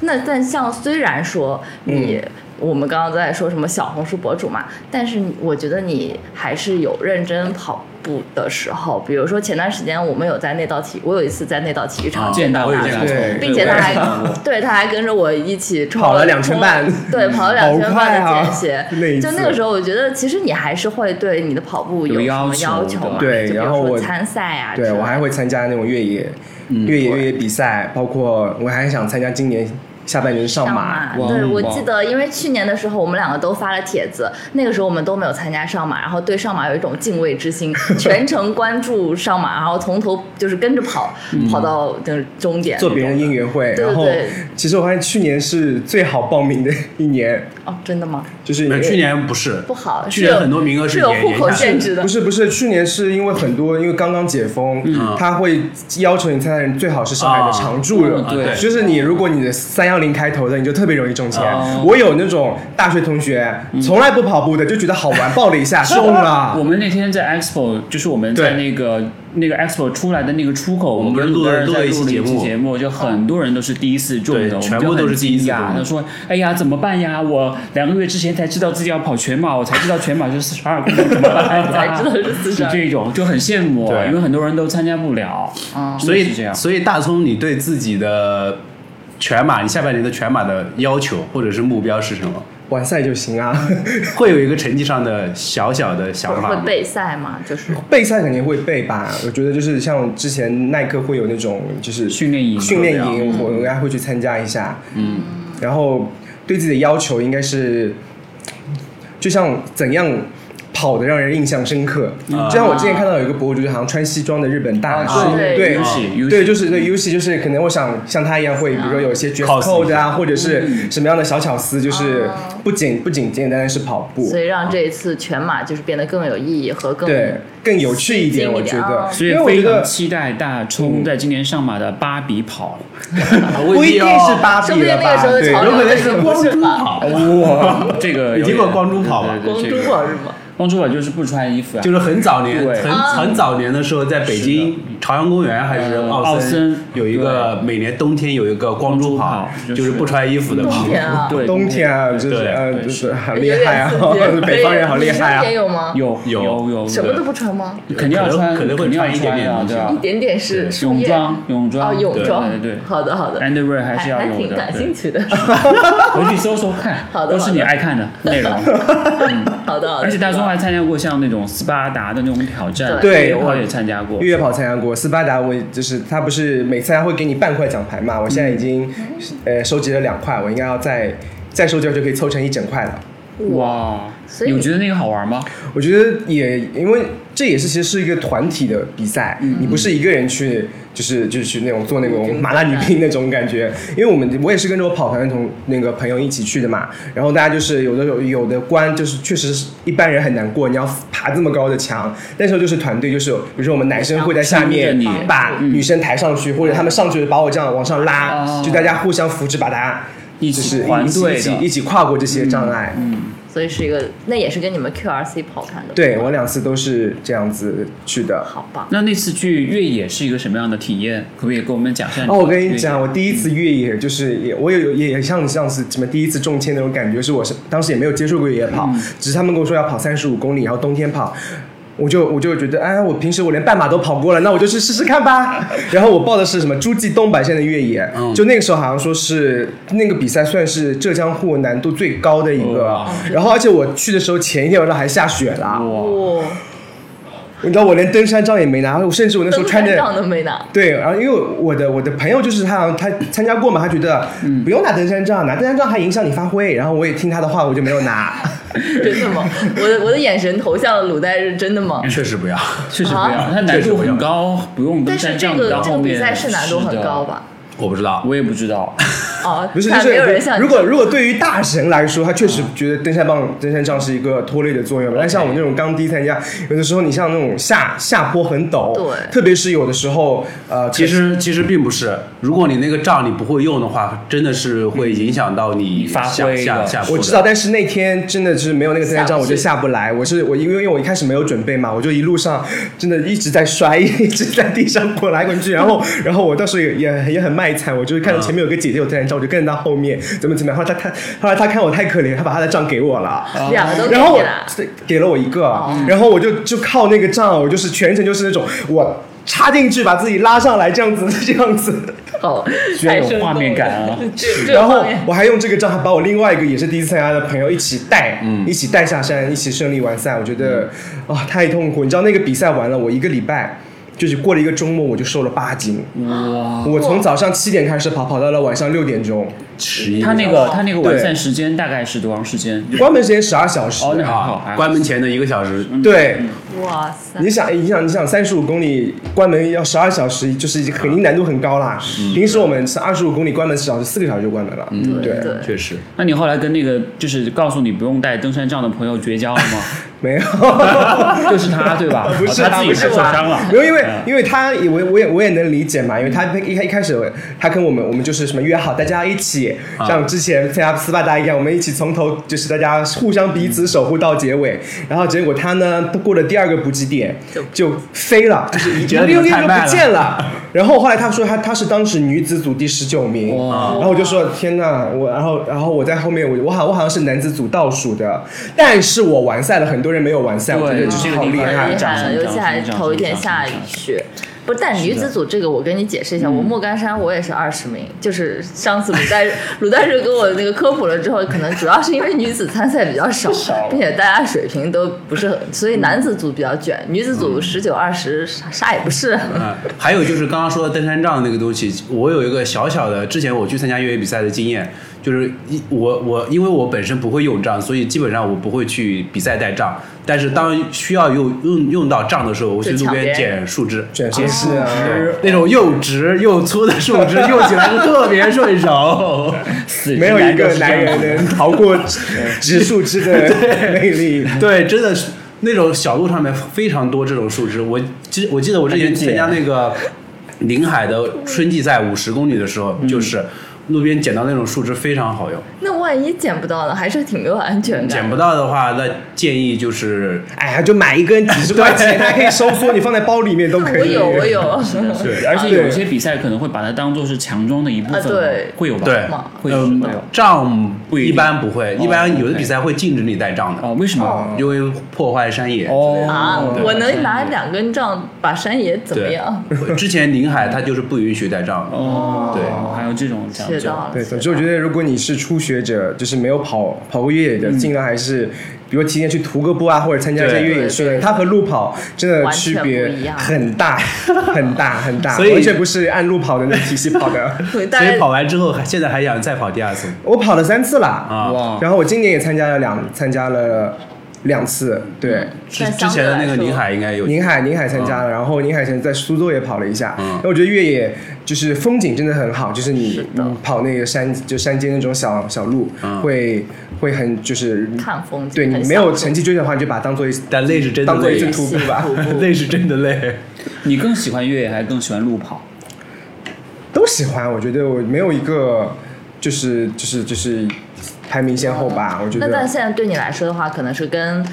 Speaker 3: 那但像虽然说你。
Speaker 1: 嗯
Speaker 3: 我们刚刚在说什么小红书博主嘛，但是你我觉得你还是有认真跑步的时候。比如说前段时间我们有在那道体，我有一次在那道体育场
Speaker 1: 啊
Speaker 2: 见大
Speaker 1: 我
Speaker 2: 我
Speaker 1: 也
Speaker 2: 也
Speaker 1: 见过
Speaker 4: 对
Speaker 3: 并且他
Speaker 2: 我也
Speaker 3: 还
Speaker 2: 见过
Speaker 3: 对他还跟着我一起冲
Speaker 4: 跑了两圈半
Speaker 3: 冲了对，跑了两圈半
Speaker 4: 好
Speaker 3: 的
Speaker 4: 快啊
Speaker 3: 间 歇。
Speaker 4: 那一次
Speaker 3: 就那个时候，我觉得其实你还是会对你的跑步
Speaker 2: 有
Speaker 3: 什么
Speaker 2: 要
Speaker 3: 要
Speaker 2: 求
Speaker 3: 求
Speaker 2: 的
Speaker 3: 嘛？
Speaker 4: 对
Speaker 3: 就比如
Speaker 4: 然后
Speaker 3: 说
Speaker 4: 我
Speaker 3: 参赛啊之类
Speaker 4: 对
Speaker 3: 的，
Speaker 4: 我还会参加那种越野、
Speaker 3: 嗯
Speaker 4: 越野越野比赛，包括我还想参加今年下半年上
Speaker 3: 上
Speaker 4: 马。
Speaker 3: 马，
Speaker 2: 哇
Speaker 3: 对我
Speaker 2: 哇
Speaker 3: 记得，因为去年的时候我们两个都发了帖子，那个时候我们都没有参加上马，然后对上马有一种敬畏之 心，全程关注上马，然后从头就是跟着跑，跑到就是终点。
Speaker 4: 做别人的应援会，
Speaker 3: 对
Speaker 4: 然后
Speaker 3: 对
Speaker 4: 其实我发现去年是最好报名的一年，
Speaker 3: 哦，真的吗？
Speaker 4: 就是
Speaker 1: 没有去年不是
Speaker 3: 不好，
Speaker 1: 去
Speaker 3: 是
Speaker 1: 年
Speaker 3: 有
Speaker 1: 很多名额
Speaker 3: 是
Speaker 1: 是
Speaker 3: 有
Speaker 1: 延
Speaker 3: 户
Speaker 1: 延下
Speaker 3: 口
Speaker 1: 来
Speaker 3: 限制的嗯
Speaker 4: 不。是不是，去年是因为很多，因为刚刚解封，他会要求你参赛人最好是上海的常住人。
Speaker 2: 啊嗯对
Speaker 4: 就是你如果你的三幺零开头的，你就特别容易中签
Speaker 2: 哦。
Speaker 4: 我有那种大学同学
Speaker 3: 嗯
Speaker 4: 从来不跑步的，就觉得好 玩，报了一下中
Speaker 2: 我
Speaker 4: 了。
Speaker 2: 们那天在 Expo，就是我们在那
Speaker 4: 对
Speaker 2: 个那个 Expo 出来的那个出口，我
Speaker 1: 们
Speaker 2: 跟
Speaker 1: 录
Speaker 2: 鲁
Speaker 1: 了
Speaker 2: 人
Speaker 1: 录
Speaker 2: 在
Speaker 1: 了一期
Speaker 2: 录了一
Speaker 1: 节
Speaker 2: 期
Speaker 1: 目
Speaker 2: 节目，就很多人都是第一次中
Speaker 1: 对
Speaker 2: 的，我们
Speaker 1: 全
Speaker 2: 就
Speaker 1: 部
Speaker 2: 很
Speaker 1: 都是第一次
Speaker 2: 惊讶
Speaker 1: 中
Speaker 2: 他说：“哎呀，怎么办呀？我两个月之前才知道自己要跑全马，我才知道全马是四十二公里， 怎么办呀？
Speaker 3: 才知道是42
Speaker 2: 就这种就很羡慕，
Speaker 1: 对
Speaker 2: 因为很多人都参加不了，
Speaker 3: 嗯
Speaker 2: 真
Speaker 1: 所
Speaker 2: 的是这
Speaker 1: 以
Speaker 2: 样。
Speaker 1: 所以大葱，你对自己的全马，你下半年的全马的要求或者是目标是什么？
Speaker 4: 完赛就行啊，
Speaker 1: 会有一个成绩上的小小的想法
Speaker 3: 会
Speaker 1: 吗？
Speaker 3: 备赛嘛，就是
Speaker 4: 备赛肯定会备吧。我觉得就是像之前耐克会有那种就是
Speaker 2: 训练营
Speaker 4: 训练
Speaker 2: 对啊
Speaker 4: 营，我应该会去参加一下。嗯，然后对自己的要求应该是，就像怎样跑的让人印象深刻。就像我之前看到有一个博主，就好像穿西装的日本大
Speaker 2: 啊
Speaker 4: 叔，
Speaker 3: 对
Speaker 4: 对
Speaker 2: 游戏游戏
Speaker 4: 对，就是对 U C，就是可能我想像他一样
Speaker 2: 啊
Speaker 4: 会，比如说有一些 dress
Speaker 1: Cos
Speaker 4: code 啊，或者
Speaker 2: 嗯
Speaker 4: 是什么样的小巧思，就是不仅不仅简单单是跑步
Speaker 3: 所，以让这一次全马就是变得更有意义和更
Speaker 4: 对，更有趣一点，
Speaker 3: 吸睛
Speaker 4: 哦我
Speaker 3: 一
Speaker 4: 觉
Speaker 3: 点
Speaker 4: 得
Speaker 3: 啊，
Speaker 2: 所
Speaker 4: 因
Speaker 2: 以
Speaker 4: 为我
Speaker 2: 非
Speaker 4: 觉
Speaker 2: 常
Speaker 4: 得
Speaker 2: 期待大冲在今年上马的芭比跑，
Speaker 4: 不一定是芭
Speaker 3: 说
Speaker 4: 比
Speaker 3: 不定
Speaker 4: 了
Speaker 3: 那个
Speaker 4: 吧？
Speaker 3: 时候
Speaker 4: 对，
Speaker 3: 潮
Speaker 1: 有
Speaker 3: 流
Speaker 1: 可能
Speaker 3: 的
Speaker 1: 是
Speaker 3: 是
Speaker 1: 光珠
Speaker 3: 吧？
Speaker 1: 跑，
Speaker 2: 哇，这个
Speaker 1: 你
Speaker 2: 有
Speaker 1: 听过
Speaker 2: 点
Speaker 1: 光珠跑吗
Speaker 2: 对对
Speaker 3: 光
Speaker 2: 对
Speaker 3: 珠
Speaker 2: 这个
Speaker 3: 跑是吗？
Speaker 2: 光珠跑就是不穿衣服啊，
Speaker 1: 就是很早年、
Speaker 2: 对
Speaker 1: 很
Speaker 3: 啊
Speaker 1: 很早年的时候，在北京朝阳公园还是
Speaker 2: 呃
Speaker 1: 奥
Speaker 2: 奥森
Speaker 1: 有一个每年冬天有一个光珠跑
Speaker 2: 光珠，跑
Speaker 1: 就是不穿衣服的跑
Speaker 3: 冬。天啊，
Speaker 2: 对
Speaker 4: 冬天啊，就是
Speaker 1: 对
Speaker 4: 呃，
Speaker 2: 对
Speaker 4: 就是很
Speaker 3: 有
Speaker 4: 厉
Speaker 3: 点
Speaker 4: 害啊
Speaker 3: 刺激，，
Speaker 4: 北方人好厉害
Speaker 3: 你
Speaker 4: 啊
Speaker 3: 冬天！有吗？
Speaker 2: 有
Speaker 1: 有
Speaker 2: 有有
Speaker 3: 什么都不穿吗？
Speaker 2: 肯定要穿，
Speaker 1: 可能可能会
Speaker 2: 肯定要
Speaker 1: 穿一点点
Speaker 2: 的，对吧
Speaker 3: 一？点点是树
Speaker 2: 泳
Speaker 3: 叶
Speaker 2: 装，泳装，
Speaker 3: 哦，泳
Speaker 2: 对
Speaker 3: 装，
Speaker 2: 对对对
Speaker 3: 好的好的
Speaker 2: ，underwear 还是要
Speaker 3: 还
Speaker 2: 有
Speaker 3: 挺
Speaker 2: 的
Speaker 3: 感，兴
Speaker 2: 对，
Speaker 3: 趣的，
Speaker 2: 回去搜搜看，
Speaker 3: 好的
Speaker 2: 都是你爱看的内 容。
Speaker 3: 好的好的。
Speaker 2: 而且大松还参加过像那种斯巴达的那种挑战，
Speaker 4: 对
Speaker 2: 我也参加过
Speaker 4: 越，野跑参加过，斯巴达我就是他不是每次还会给你半块奖牌嘛？我现在已经呃收集了两块，我应该要再再收集就可以凑成一整块了。
Speaker 2: 哇！
Speaker 3: 所以
Speaker 2: 你觉得那个好玩吗？
Speaker 4: 我觉得也因为这也是其实是一个团体的比赛，
Speaker 2: 嗯
Speaker 4: 你不是一个人去，就是就是去那种做那种麻辣女兵那种感觉。因为我们我也是跟着我跑团的同那个朋友一起去的嘛，然后大家就是有的有有的关就是确实是一般人很难过，你要爬这么高的墙，那时候就是团队就是有比如说我们男生会在下面
Speaker 2: 帮着你
Speaker 4: 把女生抬上去，或者他们上去把我这样往上
Speaker 2: 嗯哦
Speaker 4: 拉，就大家互相扶持把大家。
Speaker 2: 一
Speaker 4: 就
Speaker 2: 起
Speaker 4: 是
Speaker 2: 团
Speaker 4: 一起
Speaker 2: 队
Speaker 4: 一起
Speaker 2: 的嗯
Speaker 4: 一起跨过这些障碍，
Speaker 3: 所以是一个，那也是跟你们 QRC 跑团的，，
Speaker 4: 对我两次都是这样子去的。
Speaker 3: 好吧。
Speaker 2: 那那次去越野是一个什么样的体验？可不可以给我们讲一下？
Speaker 4: 哦，我跟你讲，，我第一次越野就是也，我也有也也像你上次什么第一次中签那种感觉，是我是当时也没有接触过越野跑，
Speaker 3: 嗯
Speaker 4: 只是他们跟我说要跑三十五公里，然后冬天跑。我就我就觉得，哎，我平时我连半马都跑过了，那我就去试试看吧。然后我报的是什么诸暨东白线的越野，
Speaker 3: 嗯
Speaker 4: 就那个时候好像说是那个比赛算是浙江户难度最高的一个
Speaker 3: 哦
Speaker 2: 哇。
Speaker 4: 然后而且我去的时候前一天晚上还下雪了，
Speaker 2: 哇，
Speaker 3: 哦，
Speaker 4: 你知道我连登山杖也没拿，我甚至我那时候
Speaker 3: 登
Speaker 4: 穿
Speaker 3: 山
Speaker 4: 着
Speaker 3: 杖都没拿，
Speaker 4: 对，然后因为我的我的朋友就是他好像他参
Speaker 3: 嗯
Speaker 4: 加过嘛，他觉得不用拿登山杖，拿登山杖还影响你发挥。然后我也听他的话，我就没有拿。
Speaker 3: 真的吗？我的我的眼神投向了鲁代日，真的吗？
Speaker 1: 确实不要。
Speaker 2: 确实不
Speaker 3: 啊
Speaker 2: 要，它难度很高，不用
Speaker 3: 但
Speaker 2: 登
Speaker 3: 是
Speaker 2: 山
Speaker 3: 这
Speaker 2: 杖到
Speaker 3: 个这
Speaker 2: 后
Speaker 3: 个
Speaker 2: 面。
Speaker 3: 比赛是难度很高？吧？
Speaker 1: 我不知道，
Speaker 2: 我也不知道，
Speaker 3: 哦，
Speaker 4: 不是，就
Speaker 3: 那
Speaker 4: 是
Speaker 3: 没有人像你嗯
Speaker 4: 如果如果对于大神来说，他确实觉得登山棒、登山杖是一个拖累的作用。但像我们这种刚第一次参加，有的时候你像那种下下坡很陡，
Speaker 3: 对
Speaker 4: 特别是有的时候呃，
Speaker 1: 其实其实并不是。如果你那个杖你不会用的话，真的是会影响到你
Speaker 2: 发
Speaker 1: 下
Speaker 2: 挥
Speaker 1: 下
Speaker 2: 的
Speaker 1: 下
Speaker 4: 我
Speaker 1: 坡啊
Speaker 4: 知
Speaker 1: 的。
Speaker 4: 道，但是那天真的就是没有那个登山杖，
Speaker 3: 下不
Speaker 4: 我
Speaker 3: 去
Speaker 4: 就下不来。我是我因为因为我一开始没有准备嘛，我就一路上真的一直在摔， 一直在地上滚来滚去。然后然后我当时也也也很卖惨，我就是看到前面有个姐姐有登山杖，我就跟着她后面怎么怎么样。后来她她后来她看我太可怜，她把她的杖给我了。
Speaker 3: 两个都给
Speaker 4: 然后
Speaker 3: 你
Speaker 4: 我
Speaker 3: 了，哦
Speaker 4: 给了我一个，然后我就就靠那个杖，我就是全程就是那种我插进去把自己拉上来这样子 这样子，
Speaker 3: 哦，
Speaker 2: 居然
Speaker 3: 太
Speaker 2: 有
Speaker 3: 生
Speaker 2: 画
Speaker 3: 动
Speaker 2: 面
Speaker 3: 了
Speaker 2: 感 啊！
Speaker 3: 这这个
Speaker 4: 然
Speaker 3: 画
Speaker 4: 后
Speaker 3: 面
Speaker 4: 我还用这个账号把我另外一个也是第一次参加的朋友一起带，
Speaker 2: 嗯
Speaker 4: 一起带下山，一起顺利完赛。我觉得啊、太痛苦。你知道那个比赛完了，我一个礼拜就是过了一个周末，我就瘦了八斤。
Speaker 2: 哇，
Speaker 4: 我从早上七点开始跑，跑到了晚上六点钟，
Speaker 1: 十一
Speaker 2: 他那个他那个晚
Speaker 4: 对
Speaker 2: 饭时间大概是多长时间？
Speaker 4: 关门时间十二小时。
Speaker 2: 哦那还好
Speaker 1: 啊，关门前的一个小时，
Speaker 4: 对，
Speaker 3: 哇塞，
Speaker 4: 你想，你想，你想，三十五公里关门要十二小时，就是肯定难度很高啦。
Speaker 2: 嗯
Speaker 4: 平时我们是二十五公里关门十小时，四个小时就关门了。
Speaker 3: 对对，
Speaker 1: 确实。
Speaker 2: 那你后来跟那个就是告诉你不用带登山杖的朋友绝交了
Speaker 4: 没有。
Speaker 2: 吗？就是他对吧？
Speaker 4: 不是
Speaker 2: 哦
Speaker 4: 他
Speaker 2: 他自己
Speaker 4: 不
Speaker 2: 受
Speaker 4: 是
Speaker 2: 伤了。
Speaker 4: 没有，因为
Speaker 1: 嗯
Speaker 4: 因为他也我我也我也能理解嘛，因为他一开一开始他跟我们我们就是什么约好大家一起，
Speaker 1: 啊
Speaker 4: 像之前参加斯巴达一样，我们一起从头就是大家互相彼此守护到结尾，然后结果他呢过了第二个补给点
Speaker 3: 就
Speaker 4: 就飞 了，就是一
Speaker 1: 觉得你
Speaker 4: 溜
Speaker 1: 们
Speaker 4: 溜
Speaker 1: 太
Speaker 4: 就
Speaker 1: 慢
Speaker 4: 不
Speaker 1: 了
Speaker 4: 见了。然后后来他说他他是当时女子组第十九名，
Speaker 1: 哦
Speaker 2: 哇
Speaker 4: 然后我就说天呐，我然后然后我在后面我我好我好像是男子组倒数的，但是我完赛了，很多人没有完赛，我觉
Speaker 2: 对
Speaker 4: 得就是
Speaker 2: 这个
Speaker 4: 好
Speaker 2: 地
Speaker 4: 厉
Speaker 2: 方
Speaker 4: 害
Speaker 3: 厉。
Speaker 2: 掌
Speaker 3: 害
Speaker 2: 声
Speaker 3: 了，尤其
Speaker 2: 掌
Speaker 3: 还
Speaker 2: 声
Speaker 3: 头一天
Speaker 2: 掌声
Speaker 3: 下
Speaker 2: 掌声嗯
Speaker 3: 雪。不是，但女子组这个我跟你解释一下，我莫干山我也是二十名，就是上次鲁 代鲁代日给我那个科普了之后，可能主要是因为女子参赛比较少，并且大家水平都不是很，所以
Speaker 2: 嗯
Speaker 3: 男子组比较卷，女子组十九二十啥啥也不是。
Speaker 1: 嗯，还有就是刚刚说的登山杖那个东西，我有一个小小的，之前我去参加越野比赛的经验，就是一我我因为我本身不会用杖，所以基本上我不会去比赛带杖。但是当需要用用用到杖的时候，我去
Speaker 3: 就
Speaker 1: 路
Speaker 3: 抢别
Speaker 1: 边
Speaker 3: 人
Speaker 1: 捡树枝，
Speaker 4: 卷舌是啊，
Speaker 1: 那种又直又粗的树枝，用起来是特别顺手。
Speaker 2: 死直
Speaker 4: 没有一
Speaker 2: 都
Speaker 4: 个
Speaker 2: 是这样
Speaker 4: 男人能逃过植树枝的魅力。
Speaker 1: 对，真的是那种小路上面非常多这种树枝。我记我记得我之前参加那个临海的春季赛五十公里的时候，
Speaker 2: 嗯
Speaker 1: 就是路边捡到那种树枝非常好用。
Speaker 3: 那万一捡不到呢，还是挺没有安全感
Speaker 1: 捡
Speaker 3: 的。
Speaker 1: 不到的话，那建议就是
Speaker 4: 哎呀，就买一根几十块钱，它可以收缩，你放在包里面都可以。
Speaker 3: 我 有我有，
Speaker 2: 对，而
Speaker 4: 啊
Speaker 2: 且有一些比赛可能会把它当做是强装的一部分，
Speaker 3: 啊对
Speaker 2: 会有吧？
Speaker 1: 对
Speaker 3: 吗
Speaker 2: 会有
Speaker 1: 嗯
Speaker 2: 会有。
Speaker 1: 杖
Speaker 2: 不一定
Speaker 1: 一般不会，
Speaker 2: 哦
Speaker 1: 一般有的
Speaker 2: OK
Speaker 1: 比赛会禁止你带杖的，
Speaker 2: 哦，为什么？
Speaker 1: 因为破坏山野。
Speaker 2: 哦，
Speaker 3: 啊
Speaker 2: 对，
Speaker 3: 我能拿两根杖把山野怎么
Speaker 1: 对
Speaker 3: 样？，
Speaker 1: 我 之前临海它就是不允许带杖的。
Speaker 2: 哦，
Speaker 1: 对
Speaker 2: 还有这种讲
Speaker 3: 学
Speaker 2: 究
Speaker 3: 到。了。
Speaker 4: 对，
Speaker 3: 学
Speaker 4: 总之我
Speaker 3: 到
Speaker 4: 觉
Speaker 3: 了
Speaker 4: 得，如果你是初学者，就是没有跑跑过越野的，尽量还是，比如提前去徒个步啊，或者参加一些
Speaker 1: 对
Speaker 4: 越野训练，
Speaker 3: 对
Speaker 4: 它和路跑真的
Speaker 3: 完全
Speaker 4: 区别
Speaker 3: 不一样
Speaker 4: 很大，很大，很大，
Speaker 1: 所以
Speaker 4: 完全不是按路跑的那个体系跑 的。
Speaker 3: 对，大
Speaker 1: 所
Speaker 3: 概
Speaker 1: 以跑完之后，还现在还想再跑第二次
Speaker 4: 我跑了三次啦，
Speaker 1: 啊。
Speaker 2: 哇，
Speaker 4: 然后我今年也参加了两参加了两次，对。
Speaker 3: 嗯
Speaker 1: 之
Speaker 3: 但
Speaker 1: 之
Speaker 3: 相对
Speaker 1: 前的那
Speaker 3: 来
Speaker 1: 个
Speaker 3: 说
Speaker 1: 临海应该有
Speaker 4: 宁海，宁海参加了，然后宁海前在苏州也跑了一下。
Speaker 1: 嗯
Speaker 4: 那、我觉得越野就是风景真的很好，就是你你跑那个山，就山间那种小小路，
Speaker 1: 嗯
Speaker 4: 会会很就是，嗯
Speaker 3: 看风景，
Speaker 4: 对
Speaker 3: 很
Speaker 4: 你没有
Speaker 3: 享受
Speaker 4: 成绩追求的话，你就把它当做一
Speaker 1: 但累是真的
Speaker 4: 当做一
Speaker 1: 累
Speaker 4: 次
Speaker 1: 啊，
Speaker 4: 徒步吧，
Speaker 1: 累是真的累。
Speaker 2: 你更喜欢越野还是更喜欢路跑？
Speaker 4: 都喜欢。我觉得我没有一个就是就是就是排名先后吧，我觉
Speaker 3: 嗯那但
Speaker 4: 得。
Speaker 3: 现在对你来说的话，可能是跟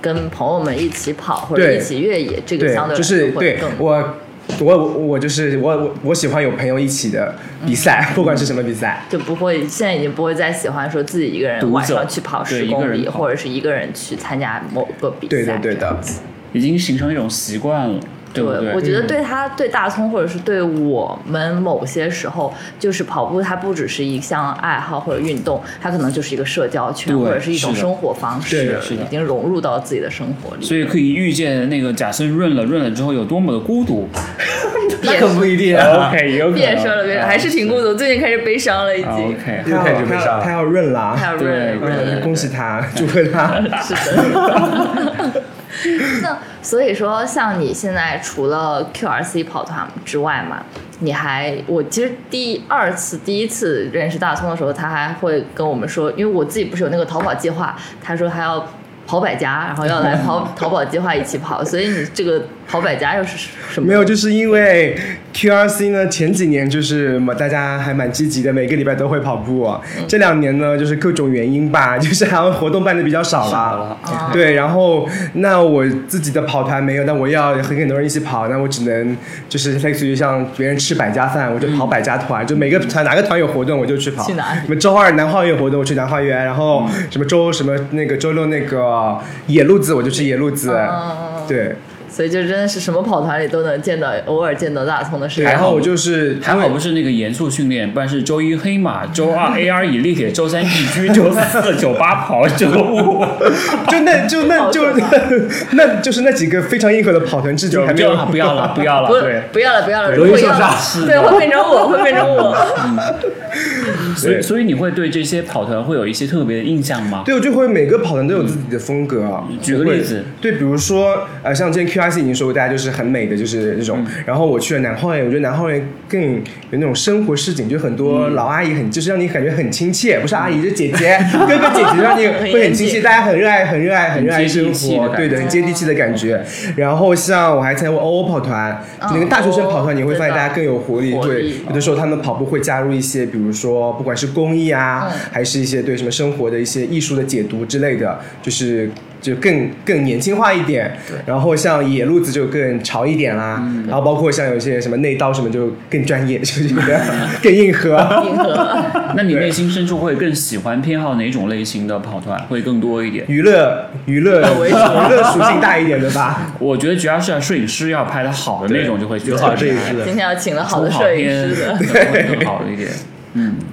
Speaker 3: 跟朋友们一起跑或者
Speaker 4: 对
Speaker 3: 一起越野，这个
Speaker 4: 对
Speaker 3: 相，对
Speaker 4: 就
Speaker 3: 来说
Speaker 4: 是
Speaker 3: 会
Speaker 4: 对
Speaker 3: 更。
Speaker 4: 我。我我我就是我我我喜欢有朋友一起的比赛，
Speaker 3: 嗯
Speaker 4: 不管是什么比赛，
Speaker 3: 就不会，现在已经不会再喜欢说自己一个人晚
Speaker 2: 独
Speaker 3: 上
Speaker 2: 走
Speaker 3: 去跑
Speaker 2: 对
Speaker 3: 十
Speaker 2: 一个
Speaker 3: 公里，
Speaker 2: 人跑
Speaker 3: 或者是一个人去参加某个比赛。
Speaker 4: 对对对的。
Speaker 2: 已经形成一种习惯了。对不对
Speaker 3: 我
Speaker 4: 嗯
Speaker 3: 觉得对他、对大葱，或者是对我们某些时候，就是跑步，它不只是一项爱好或者运动，它可能就是一个社交圈，
Speaker 2: 对
Speaker 3: 或者是一种
Speaker 2: 是的
Speaker 3: 生活方
Speaker 4: 对
Speaker 3: 式
Speaker 4: 的，
Speaker 2: 是的
Speaker 3: 已经融入到自己的生活里。
Speaker 2: 所以可以预见那个贾森润了润了之后有多么的孤 独。
Speaker 3: 变
Speaker 1: 可不一定啊。
Speaker 2: OK，有可能
Speaker 3: 变声了，变声，还是挺孤独。最近开始悲伤了，已
Speaker 2: 哎啊
Speaker 3: 经。
Speaker 2: OK，
Speaker 4: 又开始
Speaker 1: 悲伤了
Speaker 4: 他要润了
Speaker 3: 还
Speaker 4: 啊，
Speaker 3: 有
Speaker 2: 对
Speaker 3: 润
Speaker 2: 对
Speaker 3: 润
Speaker 2: 对
Speaker 3: 了
Speaker 4: 嗯恭喜他，祝贺 他。
Speaker 3: 是的。 那所以说，像你现在除了 QRC 跑团之外嘛，你还我其实第二次第一次认识大葱的时候，他还会跟我们说，因为我自己不是有那个淘宝计划，他说他要。跑百家，然后要来跑淘宝计划一起跑，所以你这个跑百家又是什么？
Speaker 4: 没有，就是因为 QRC 呢，前几年就是嘛，大家还蛮积极的，每个礼拜都会跑步、啊这两年呢，就是各种原因吧，就是好像活动办的比较少
Speaker 2: 少
Speaker 4: 了
Speaker 2: 了。
Speaker 3: 啊
Speaker 4: 对，然后那我自己的跑团没有，但我要和很多人一起跑，那我只能就是类似于像别人吃百家饭，我就跑百家团，就每个团哪个团有活动我就去跑。
Speaker 3: 嗯去哪里嗯
Speaker 4: 什么周二南花园有活动我去南花园，然后什么周什么那个周六那个野路子我就去野路子。
Speaker 3: 嗯
Speaker 4: 对，
Speaker 3: 所以就真的是什么跑团里都能见到，偶尔见到大葱的身
Speaker 4: 对，然
Speaker 3: 影。
Speaker 4: 后我就是
Speaker 2: 还好不是那个严肃训练，不然是周一黑马，周二 AR 以力铁，周三 B 居，周四九八跑，周 五
Speaker 4: 就那就那
Speaker 3: 好
Speaker 4: 就 那就是那几个非常硬核的跑团至今还
Speaker 2: 不
Speaker 4: 没
Speaker 2: 要
Speaker 4: 有
Speaker 2: 了，不要了，不要了，
Speaker 3: 不
Speaker 2: 对。
Speaker 3: 不要了，不要了，
Speaker 1: 容易
Speaker 3: 会
Speaker 1: 受
Speaker 3: 要了
Speaker 2: 伤
Speaker 3: 对，会变成我， 会变成我。
Speaker 2: 所以，
Speaker 4: 对
Speaker 2: 所以你会对这些跑团会有一些特别的印象吗？
Speaker 4: 对，我就会每个跑团都有自己的风格啊。
Speaker 2: 举个例子
Speaker 4: 对，比如说呃，像之前 QRC 已经说过，大家就是很美的，就是这种。
Speaker 2: 嗯
Speaker 4: 然后我去了南花园，我觉得南花园更有那种生活市井，就很多
Speaker 2: 嗯
Speaker 4: 老阿姨很，就是让你感觉很亲切，不是阿姨，就姐姐、哥哥、姐姐，让你会很亲切，大家很热爱、很热爱、很热爱
Speaker 2: 很接
Speaker 4: 生
Speaker 2: 地气的
Speaker 4: 活，
Speaker 2: 感
Speaker 4: 对的，
Speaker 2: 觉哦
Speaker 4: 很接地气的感觉。然后像我还参加过欧欧跑团，
Speaker 3: 嗯
Speaker 4: 那个大学
Speaker 2: 哦
Speaker 4: 生跑团，你会
Speaker 3: 对
Speaker 4: 发现
Speaker 3: 的
Speaker 4: 大家更有活力。
Speaker 3: 活
Speaker 4: 对
Speaker 3: 力，
Speaker 4: 有的时候他们跑步会加入一些，比如说不管是公益啊，
Speaker 3: 嗯
Speaker 4: 还是一些对什么生活的一些艺术的解读之类的，就是就更更年轻化一点。然后像野路子就更潮一点啦，然后包括像有一些什么内刀什么就更专业，就是这个更硬核。
Speaker 3: 硬核，
Speaker 2: 那你内心深处会更喜欢偏好哪种类型的跑团会更多一点？
Speaker 4: 娱乐娱乐娱乐属性大一点的吧，
Speaker 2: 我觉得只要是摄影师要拍的好的那种，就会
Speaker 1: 有好摄影师，的
Speaker 3: 今天要请了好
Speaker 2: 出
Speaker 3: 的
Speaker 2: 好
Speaker 3: 摄影
Speaker 2: 片
Speaker 3: 师的，
Speaker 2: 会更好一点。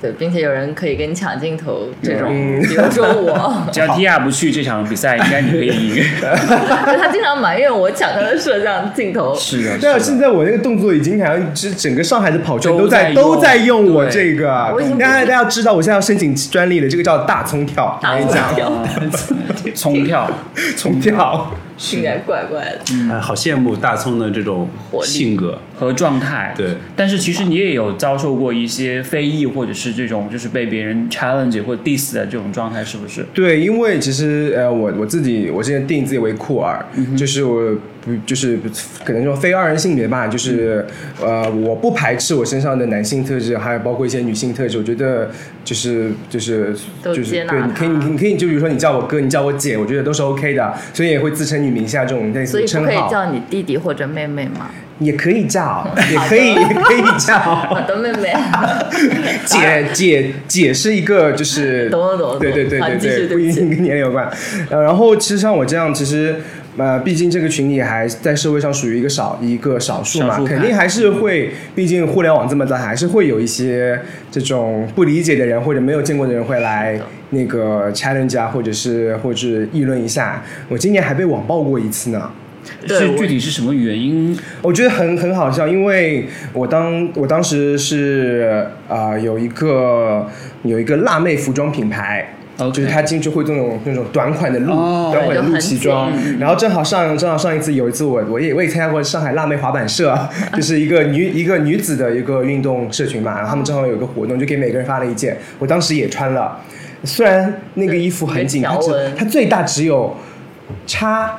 Speaker 3: 对，并且有人可以跟你抢镜头，这种，
Speaker 4: 嗯
Speaker 3: 比如说我，
Speaker 2: 只要迪亚不去这场比赛，应该你可以赢。
Speaker 3: 就他经常埋怨我抢他的摄像镜头，
Speaker 2: 是的，
Speaker 4: 对啊，
Speaker 2: 是
Speaker 4: 现
Speaker 2: 的。
Speaker 4: 在我那个动作已经好像是整个上海的跑圈
Speaker 2: 都
Speaker 4: 都
Speaker 2: 在
Speaker 4: 在
Speaker 2: 用
Speaker 4: 都在用我这个
Speaker 3: 我已经，
Speaker 4: 大家大家要知道，我现在要申请专利了，这个叫大葱跳，
Speaker 3: 打我
Speaker 4: 哎
Speaker 3: 跳，
Speaker 2: 冲跳，
Speaker 4: 葱跳。
Speaker 3: 应该怪怪的。
Speaker 4: 嗯
Speaker 1: 哎，好羡慕大葱的这种
Speaker 3: 活力
Speaker 1: 性格。
Speaker 2: 和状态。
Speaker 1: 对，
Speaker 2: 但是其实你也有遭受过一些非议，或者是这种就是被别人 challenge 或 diss 的这种状态，是不是？
Speaker 4: 对，因为其实呃，我我自己我之前定义自己为酷儿，
Speaker 3: 嗯
Speaker 4: 就是我不就是可能说非二人性别吧，就是、呃，我不排斥我身上的男性特质，还有包括一些女性特质，我觉得就是就是
Speaker 3: 都
Speaker 4: 就是
Speaker 3: 接纳
Speaker 4: 对，你可以你可以就比如说你叫我哥，你叫我姐，我觉得都是 OK 的，所以也会自称女名下这种类似
Speaker 3: 所
Speaker 4: 的
Speaker 3: 以不
Speaker 4: 称
Speaker 3: 可以
Speaker 4: 号，
Speaker 3: 叫你弟弟或者妹妹吗？
Speaker 4: 也可以叫，也可 以也可以
Speaker 3: 好
Speaker 4: 叫。
Speaker 3: 的，啊妹妹，
Speaker 4: 姐姐姐是一个就是
Speaker 3: 懂了懂了懂了
Speaker 4: 对对对
Speaker 3: 好
Speaker 4: 对
Speaker 3: 继续
Speaker 4: 对，
Speaker 3: 对
Speaker 4: 不
Speaker 3: 不
Speaker 4: 一
Speaker 3: 起
Speaker 4: 定跟年龄有关。呃，然后其实像我这样，其实呃，毕竟这个群体还在社会上属于一个少一个少数
Speaker 2: 少
Speaker 4: 嘛
Speaker 2: 数，派
Speaker 4: 肯定还是会，毕竟互联网这么大，还是会有一些这种不理解的人或者没有见过的人会来那个 challenge 啊，或者是或者是议论一下。我今年还被网暴过一次呢。
Speaker 3: 对
Speaker 2: 是
Speaker 3: 我
Speaker 2: 具体是什么原因？
Speaker 4: 我觉得很很好笑，因为我当我当时是啊、呃有一个有一个辣妹服装品牌。
Speaker 2: OK
Speaker 4: 就是她进去会做那种那种短款的露、
Speaker 2: 哦
Speaker 4: 短款
Speaker 3: 就
Speaker 4: 的露
Speaker 3: 很嗯
Speaker 4: 西装
Speaker 3: 紧，
Speaker 4: 然后正好上正好上一次有一次我我也我也参加过上海辣妹滑板 社，就是一个女一个女子的一个运动社群嘛，然后他们正好有一个活动，就给每个人发了一件，我当时也穿了，虽然那个衣服很紧，
Speaker 3: 对
Speaker 4: 它
Speaker 3: 条
Speaker 4: 只
Speaker 3: 纹
Speaker 4: 它最大只有叉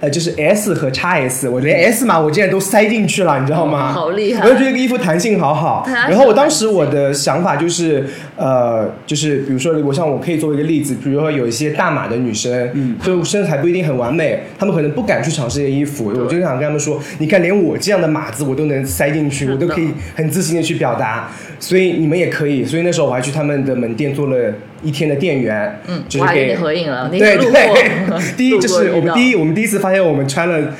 Speaker 4: 呃，就是 S 和 x S，我连 S 码我竟然都塞进去了，你知道
Speaker 3: 哦
Speaker 4: 吗？
Speaker 3: 好厉害
Speaker 4: 我就觉得这个衣服弹性好好。
Speaker 3: 它是
Speaker 4: 然后我当时我的想法就是，呃，就是比如说，我像我可以作为一个例子，比如说有一些大码的女生，嗯，就身材不一定很完美，她们可能不敢去尝试这些衣服。我就想跟她们说，你看，连我这样的码子我都能塞 进去，我都可以很自信的去表达，所以你们也可以。所以那时候我还去他们的门店做了一天的店员，嗯就
Speaker 3: 我
Speaker 4: 是
Speaker 3: 还跟
Speaker 4: 给
Speaker 3: 你合影了，那
Speaker 4: 对
Speaker 3: 个路过
Speaker 4: 对，，第一就是我们第
Speaker 3: 一
Speaker 4: 一，我们第一次发现我们穿了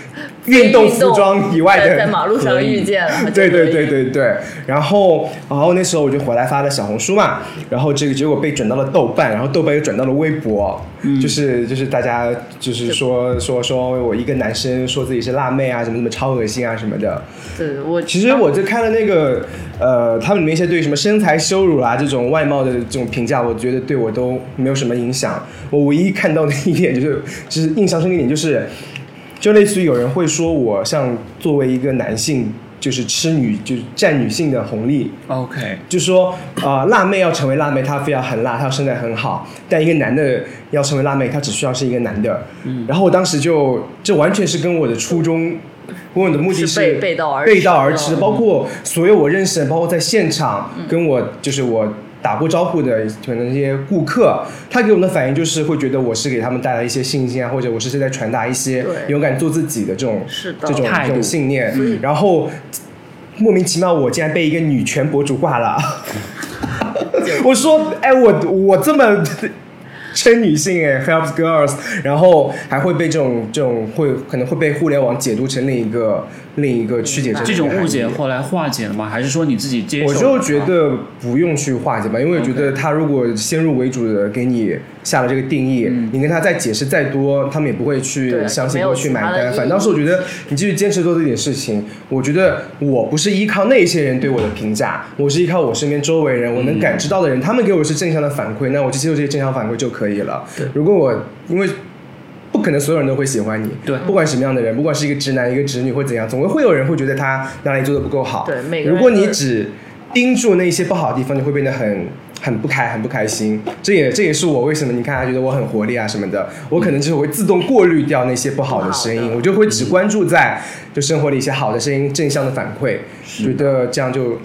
Speaker 4: 运动服装以外
Speaker 3: 在
Speaker 4: 的
Speaker 3: 在马路上遇见了，
Speaker 4: 对对
Speaker 3: 就可以
Speaker 4: 对，对对，然后然后那时候我就回来发了小红书嘛，然后这个结果被转到了豆瓣，然后豆瓣又转到了微博，就是就是大家就是说说说我一个男生说自己是辣妹啊，什么什么超恶心啊什么的。
Speaker 3: 对我
Speaker 4: 其实我就看了那个呃，他们里面一些对什么身材羞辱啊这种外貌的这种评价，我觉得对我都没有什么影响。我唯一看到的一点就是，就是印象深刻一点就是，就类似于有人会说我像作为一个男性，就是吃女就是占女性的红利，
Speaker 2: OK，
Speaker 4: 就说呃辣妹要成为辣妹，她非要很辣，她要身材很好，但一个男的要成为辣妹，他只需要是一个男的。嗯，然后我当时就这完全是跟我的初衷。跟我的目的
Speaker 3: 是背背道而
Speaker 4: 背
Speaker 3: 驰
Speaker 4: 道而驰，
Speaker 3: 嗯
Speaker 4: 包括所有我认识的，包括在现场跟我就是我打过招呼的可能一些顾客，他给我们的反应就是会觉得我是给他们带来一些信心啊，或者我是在传达一些
Speaker 3: 对
Speaker 4: 勇敢做自己的这种
Speaker 3: 是的
Speaker 4: 这种
Speaker 2: 态
Speaker 4: 这
Speaker 2: 度
Speaker 4: 种信念。然后莫名其妙，我竟然被一个女权博主挂了。 我说，哎，我我这么称女性哎，helps girls，然后还会被这种这种会可能会被互联网解读成另一个另一个曲解成
Speaker 2: 这种
Speaker 4: 一个
Speaker 2: 误
Speaker 4: 含义
Speaker 2: 解后来化解了吗？还是说你自己接受？
Speaker 4: 我就觉，得不用去化解吧，因为我觉得他如果先入为主的给你下了这个定义，你跟他再解释再多，他们也不会去
Speaker 3: 嗯对
Speaker 4: 相信，
Speaker 3: 没
Speaker 4: 不
Speaker 3: 有
Speaker 4: 会去买
Speaker 3: 其他的
Speaker 4: 单。
Speaker 3: 意义
Speaker 4: 反倒是我觉得你继续坚持做这件事情，我觉得我不是依靠那些人对我的评价，我是依靠我身边周围人，我能感知到的人，他们给我是正向的反馈，那我就接受这些正向反馈就可以了。如果我因为不可能所有人都会喜欢你，
Speaker 2: 对
Speaker 4: 不管什么样的人，不管是一个直男、一个直女或怎样，总会会有人会觉得他哪里做的不够好。
Speaker 3: 对每个人
Speaker 4: 如果你
Speaker 3: 都
Speaker 4: 只盯住那些不好的地方，你会变得很很不开、很不开心。这也这也是我为什么你看他觉得我很活力啊什么的，我可能就是会自动过滤掉那些不好的声
Speaker 3: 不好
Speaker 4: 音，
Speaker 3: 的
Speaker 4: 我就会只关注在就生活里一些好的声音、正向的反馈，觉得这样就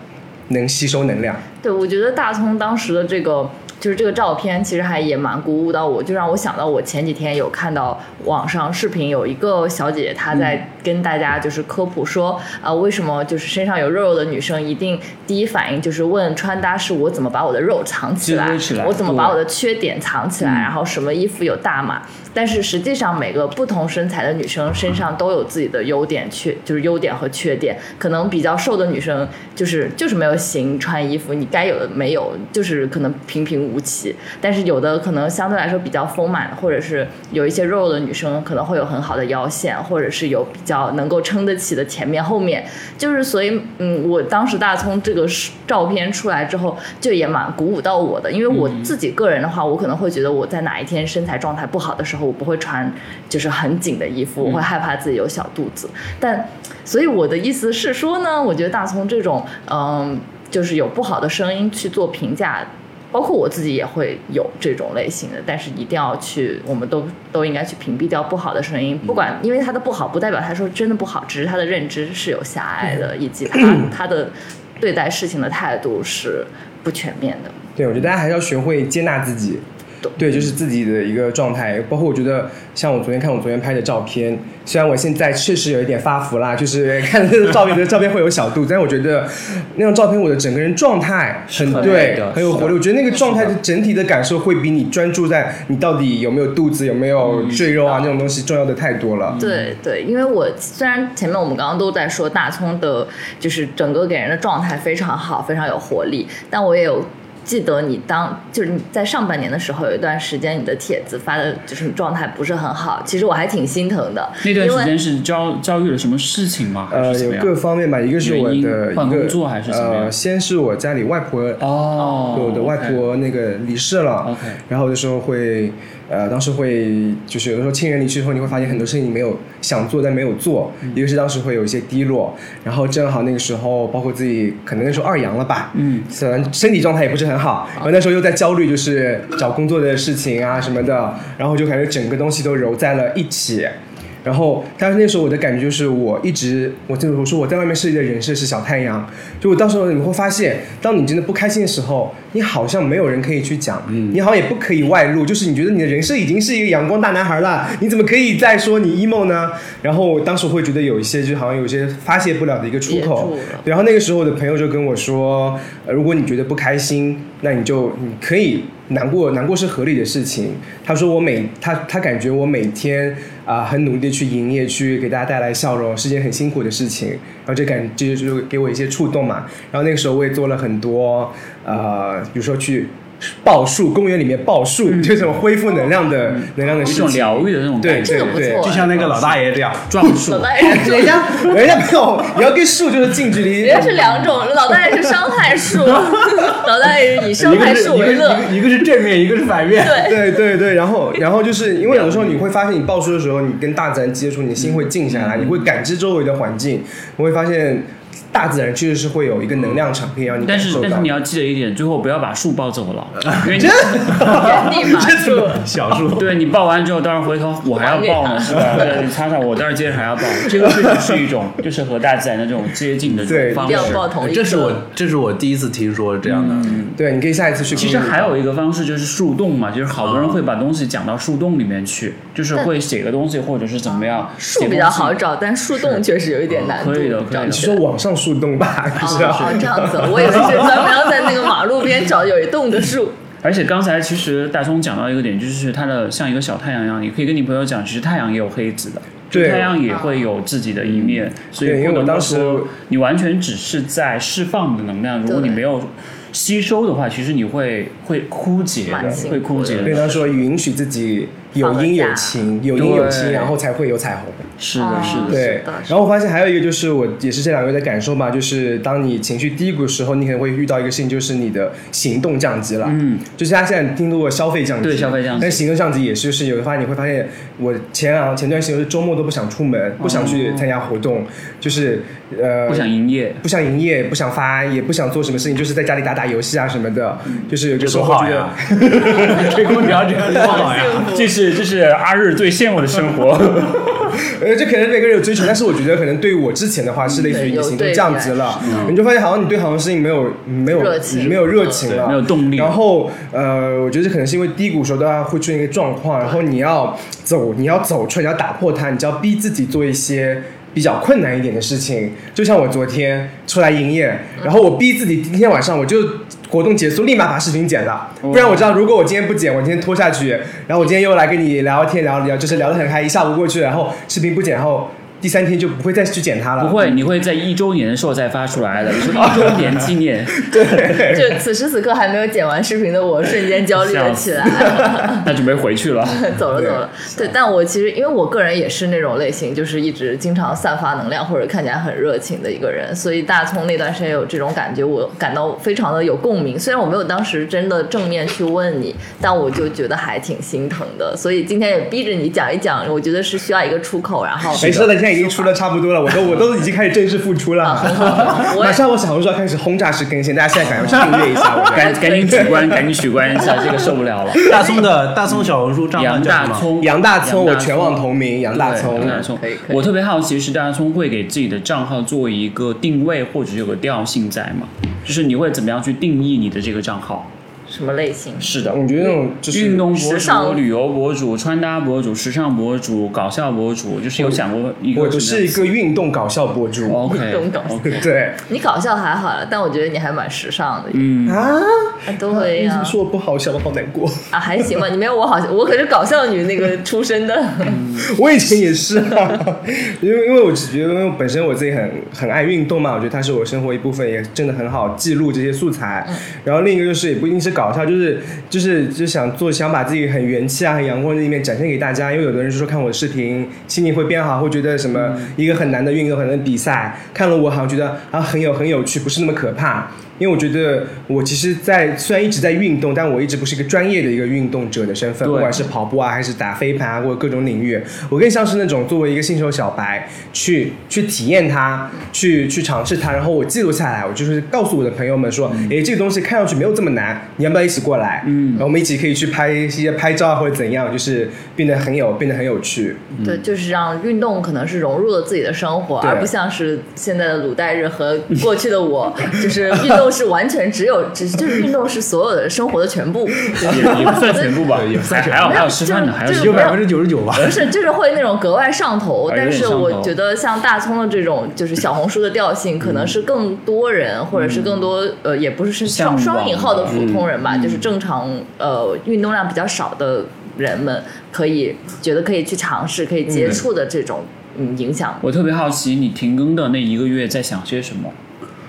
Speaker 4: 能吸收能量。
Speaker 3: 对，我觉得大葱当时的这个就是这个照片，其实还也蛮鼓舞到我，就让我想到我前几天有看到网上视频，有一个小姐姐她
Speaker 2: 嗯
Speaker 3: 在跟大家就是科普说，啊、为什么就是身上有肉肉的女生一定第一反应就是问穿搭是我怎么把我的肉藏起
Speaker 2: 遮
Speaker 3: 来，
Speaker 2: 起来
Speaker 3: 我怎么
Speaker 2: 对
Speaker 3: 把我的缺点藏起来，然后什么衣服有大码。但是实际上，每个不同身材的女生身上都有自己的优点缺，就是优点和缺点。可能比较瘦的女生就是就是没有型，穿衣服你该有的没有，就是可能平平无奇。但是有的可能相对来说比较丰满，或者是有一些肉肉的女生可能会有很好的腰线，或者是有比较能够撑得起的前面后面。就是所以，嗯，我当时大葱这个是照片出来之后，就也蛮鼓舞到我的，因为我自己个人的话，我可能会觉得我在哪一天身材状态不好的时候，我不会穿就是很紧的衣服，我会害怕自己有小肚子。但所以我的意思是说呢，我觉得大葱这种，嗯，就是有不好的声音去做评价。包括我自己也会有这种类型的，但是一定要去，我们都都应该去屏蔽掉不好的声音，不管因为他的不好，不代表他说真的不好，只是他的认知是有狭隘的，以及他他的对待事情的态度是不全面的。
Speaker 4: 对，我觉得大家还是要学会接纳自己
Speaker 3: 对，
Speaker 4: 对，就是自己的一个状态。包括我觉得，像我昨天看我昨天拍的照片，虽然我现在确实有一点发福啦，就是 看这个照片，的照片会有小肚，但是我觉得那张照片我的整个人状态很
Speaker 2: 很美
Speaker 4: 对
Speaker 2: 的，
Speaker 4: 很有活
Speaker 2: 是
Speaker 4: 力。
Speaker 2: 的
Speaker 4: 我觉得那个状态的整体的感受会比你专注在你到底有没有肚子、有没有
Speaker 2: 嗯
Speaker 4: 赘肉啊那种东西重要的太多了。
Speaker 3: 对对，因为我虽然前面我们刚刚都在说大葱的，就是整个给人的状态非常好，非常有活力，但我也有。记得你当就是你在上半年的时候有一段时间你的帖子发的就是你状态不是很好，其实我还挺心疼的。
Speaker 2: 那段
Speaker 3: 因为
Speaker 2: 时间是遭遭遇了什么事情吗？还
Speaker 4: 呃，
Speaker 2: 是怎
Speaker 4: 有
Speaker 2: 么样
Speaker 4: 各方面吧，一个是我的一
Speaker 2: 原因换
Speaker 4: 个
Speaker 2: 工作还是怎么样
Speaker 4: 呃，先是我家里外婆
Speaker 2: 哦，
Speaker 4: 对我的外
Speaker 2: OK，
Speaker 4: 婆那个离世了
Speaker 2: OK
Speaker 4: 然后有的时候会，呃，当时会就是有的时候亲人离去之后，你会发现很多事情你没有想做但没有做，一个是当时会有一些低落，然后正好那个时候包括自己可能那时候二阳了吧，嗯，虽然身体状态也不是很好，然后那时候又在焦虑，就是找工作的事情啊什么的，然后就感觉整个东西都揉在了一起。然后，但是那时候我的感觉就是，我一直我就是我说我在外面设计的人设是小太阳，就我到时候你会发现，当你真的不开心的时候，你好像没有人可以去讲，
Speaker 3: 嗯
Speaker 4: 你好像也不可以外露，就是你觉得你的人设已经是一个阳光大男孩了，你怎么可以再说你 emo 呢？然后我当时会觉得有一些就好像有一些发泄不了的一个出
Speaker 3: 憋
Speaker 4: 口
Speaker 3: 住了，
Speaker 4: 然后那个时候我的朋友就跟我说，呃如果你觉得不开心，那你就你可以难过，难过是合理的事情。他说我每他他感觉我每天啊、啊、很努力地去营业，去给大家带来笑容，是件很辛苦的事情。然后这感这就是给我一些触动嘛。然后那个时候我也做了很多呃，比如说去报树，公园里面报树，这种恢复能量的、能量的
Speaker 2: 有一
Speaker 4: 事
Speaker 2: 种
Speaker 4: 情。
Speaker 2: 疗愈的那种
Speaker 4: 对
Speaker 2: 感觉，
Speaker 3: 哦
Speaker 4: 对
Speaker 3: 这个不
Speaker 4: 对，
Speaker 3: 错
Speaker 1: 就像那个老大爷这样撞树
Speaker 3: 老，大爷 是
Speaker 4: 人家人家没有，你要跟树就是近距离，
Speaker 3: 人家是两种，老大爷是伤害树， 老大爷是以伤
Speaker 1: 一
Speaker 3: 害
Speaker 1: 个是
Speaker 3: 树
Speaker 1: 一个
Speaker 3: 为乐。
Speaker 1: 是一个是正面，一个是反面。
Speaker 3: 对，
Speaker 4: 对对对，然后然后就是因为有的时候你会发现，你报书的时候，你跟大自然接触，你心会静下来，
Speaker 2: 嗯
Speaker 4: 你会感知周围的环境，我会发现大自然确实是会有一个能量场可以让你感
Speaker 2: 但是
Speaker 4: 受
Speaker 2: 但是
Speaker 4: 到
Speaker 2: 你。要记得一点，最后不要把树抱 走了，因为你
Speaker 3: 原地拔树，
Speaker 1: 小树，
Speaker 2: 对你抱完之后，当然回头我还要抱 呢，是吧？对你擦擦，我当然接着还要抱。这个确实是一种，就是和大自然的这种接近的这
Speaker 4: 对
Speaker 2: 种
Speaker 3: 一
Speaker 2: 方
Speaker 3: 定要
Speaker 2: 式。
Speaker 3: 抱同一
Speaker 1: 这是
Speaker 3: 个
Speaker 1: 我这是我第一次听说这样的。
Speaker 4: 对，你可以下一次去。
Speaker 2: 其实还有一个方式就是树洞嘛，就是好多人会把东西讲到树洞里面去，就是
Speaker 4: 嗯
Speaker 2: 会写个东西或者是怎么样。
Speaker 3: 树比较好找，但树洞确实有一点难度。
Speaker 2: 哦可以的
Speaker 3: 找
Speaker 2: 可以的
Speaker 4: 你说网上树洞吧，就
Speaker 3: 哦
Speaker 4: 是
Speaker 3: 哦，这样子，我以为是咱们要在那个马路边找有一栋的树。
Speaker 2: 而且刚才其实大葱讲到一个点，就是它的像一个小太阳一样，你可以跟你朋友讲，其实太阳也有黑子的，就
Speaker 4: 对
Speaker 2: 太阳也会有自己的一面，所以
Speaker 4: 对因为
Speaker 2: 不
Speaker 4: 我
Speaker 2: 能
Speaker 4: 当
Speaker 2: 够
Speaker 4: 时
Speaker 2: 说你完全只是在释放你的能量，如果你
Speaker 3: 对
Speaker 2: 没有吸收的话，其实你会会枯竭的
Speaker 3: 蛮，辛苦
Speaker 2: 会枯竭
Speaker 4: 跟
Speaker 2: 的。
Speaker 4: 他说允许自己有阴有晴，有阴有晴，
Speaker 2: 对
Speaker 4: 然后才会有彩虹。
Speaker 2: 是的，是的，
Speaker 4: 对
Speaker 3: 是的，是
Speaker 4: 然后我发现还有一个就是我也是这两个月的感受吧，就是当你情绪低谷的时候，你可能会遇到一个事情，就是你的行动降级了。
Speaker 2: 嗯，
Speaker 4: 就是他现在听多了消费降级，
Speaker 2: 对消费降级
Speaker 4: 但行动降级也是，就是有的话你会发现，我前两前段时间我是周末都不想出门，不想去参加活动，就是呃
Speaker 2: 哦不想营业。
Speaker 4: 不想营业，不想发，也不想做什么事情，就是在家里打打游戏啊什么的，
Speaker 2: 嗯
Speaker 4: 就是有个
Speaker 1: 这
Speaker 4: 收
Speaker 1: 多
Speaker 4: 获
Speaker 1: 好
Speaker 4: 觉得
Speaker 2: 啊
Speaker 1: 呀！吹空调这样多好呀！
Speaker 2: 这是这是阿日最羡慕的生活，
Speaker 4: 呃，这可能每个人有追求，但是我觉得可能对于我之前的话是类似于你行动降级了，你就发现好像你对好多事情没有没有
Speaker 3: 热情嗯
Speaker 4: 没有热情了，
Speaker 2: 没有动力
Speaker 4: 然后呃，我觉得这可能是因为低谷时候大家会出现一个状况，然后你要走，你要走出来，你要打破它，你就要逼自己做一些。比较困难一点的事情，就像我昨天出来营业，然后我逼自己今天晚上我就活动结束立马把视频剪了，不然我知道如果我今天不剪，我今天拖下去，然后我今天又来跟你聊天聊聊，就是聊得很嗨，一下午过去，然后视频不剪，然后第三天就不会再去剪它了。
Speaker 2: 不会，你会在一周年的时候再发出来的，就是一周年纪 念。
Speaker 3: 就此时此刻还没有剪完视频的我，瞬间焦虑了起来。
Speaker 2: 那准备回去了。
Speaker 3: 走了走了，对，但我其实因为我个人也是那种类型，就是一直经常散发能量或者看起来很热情的一个人，所以大葱那段时间有这种感觉，我感到非常的有共鸣。虽然我没有当时真的正面去问你，但我就觉得还挺心疼的，所以今天也逼着你讲一讲，我觉得是需要一个出口，然后
Speaker 4: 没事了，现在已经出的差不多了，我都我都已经开始正式付出
Speaker 3: 呃
Speaker 4: 了。
Speaker 3: 我
Speaker 4: 马
Speaker 3: 也
Speaker 4: 上我小红书要开始轰炸式更新，大家现在赶快去订阅一下我的。
Speaker 2: 赶赶紧取关，赶紧取关一下，这个受不了 了。
Speaker 1: 大葱的大葱小红书账号
Speaker 2: 杨
Speaker 1: 叫什
Speaker 2: 大
Speaker 1: 么？
Speaker 2: 葱，
Speaker 4: 杨大葱，
Speaker 2: 杨
Speaker 4: 我全网同名杨大葱
Speaker 2: 对。杨大葱
Speaker 3: 可以可以
Speaker 2: 我特别好奇是大葱会给自己的账号做一个定位，或者是有个调性在吗？就是你会怎么样去定义你的这个账号？
Speaker 3: 什么类型？
Speaker 2: 是的，
Speaker 4: 我觉得那种就是
Speaker 2: 运动博
Speaker 3: 时
Speaker 2: 主、
Speaker 3: 尚
Speaker 2: 旅游博主、穿搭博主、时尚博主、搞笑博主，就是有想过一个
Speaker 4: 我不是一个运动搞笑博主。
Speaker 2: OK
Speaker 3: 运动搞
Speaker 2: OK。
Speaker 4: 对
Speaker 3: 你搞笑还好了，但我觉得你还蛮时尚的，嗯，
Speaker 4: 啊，
Speaker 3: 都会
Speaker 4: 你怎
Speaker 3: 呀
Speaker 4: 么、说我不好笑，我好难过。
Speaker 3: 啊，还行吧，你没有我好，我可是搞笑女那个出身的，
Speaker 4: 我以前也是、啊， 因为因为我只觉得，因为本身我自己很很爱运动嘛，我觉得它是我生活一部分，也真的很好记录这些素材。然后另一个就是也不一定是搞笑，就是就是就想做想把自己很元气啊、很阳光的一面展现给大家。因为有的人就说看我的视频心情会变好，会觉得什么一个很难的运动、很难的比赛，看了我好像觉得啊很有很有趣，不是那么可怕。因为我觉得我其实在，虽然一直在运动，但我一直不是一个专业的一个运动者的身份，
Speaker 2: 对
Speaker 4: 不管是跑步啊，还是打飞盘啊，或者各种领域，我更像是那种作为一个新手小白去去体验它，去去尝试它，然后我记录下来，我就是告诉我的朋友们说，诶，这个东西看上去没有这么难，你要不要一起过来？嗯，然后我们一起可以去拍一些拍照啊或者怎样，就是变得很有变得很有趣。
Speaker 3: 对，就是让运动可能是融入了自己的生活，
Speaker 4: 对
Speaker 3: 而不像是现在的鲁代日和过去的我，就是运动是完全只有，只就是运动是所有的生活的全部，
Speaker 2: 也也不算全部 吧，也不算全部，还有还有吃饭的，还有
Speaker 3: 这个
Speaker 2: 吃
Speaker 1: 有
Speaker 2: 饭
Speaker 3: 没
Speaker 2: 的
Speaker 1: 百分之九十九吧。
Speaker 3: 不是，就是会那种格外上头。
Speaker 2: 啊有点
Speaker 3: 但是
Speaker 2: 上头
Speaker 3: 我觉得像大葱的这种，就是小红书的调性，可
Speaker 2: 嗯
Speaker 3: 能是更多人，或者是更多呃，也不是是
Speaker 2: 向
Speaker 3: 双
Speaker 2: 往嗯
Speaker 3: 双引号的普通人吧，就是正常呃运动量比较少的。人们可以觉得可以去尝试、可以接触的这种嗯影响。
Speaker 2: 我特别好奇你停更的那一个月在想些什么，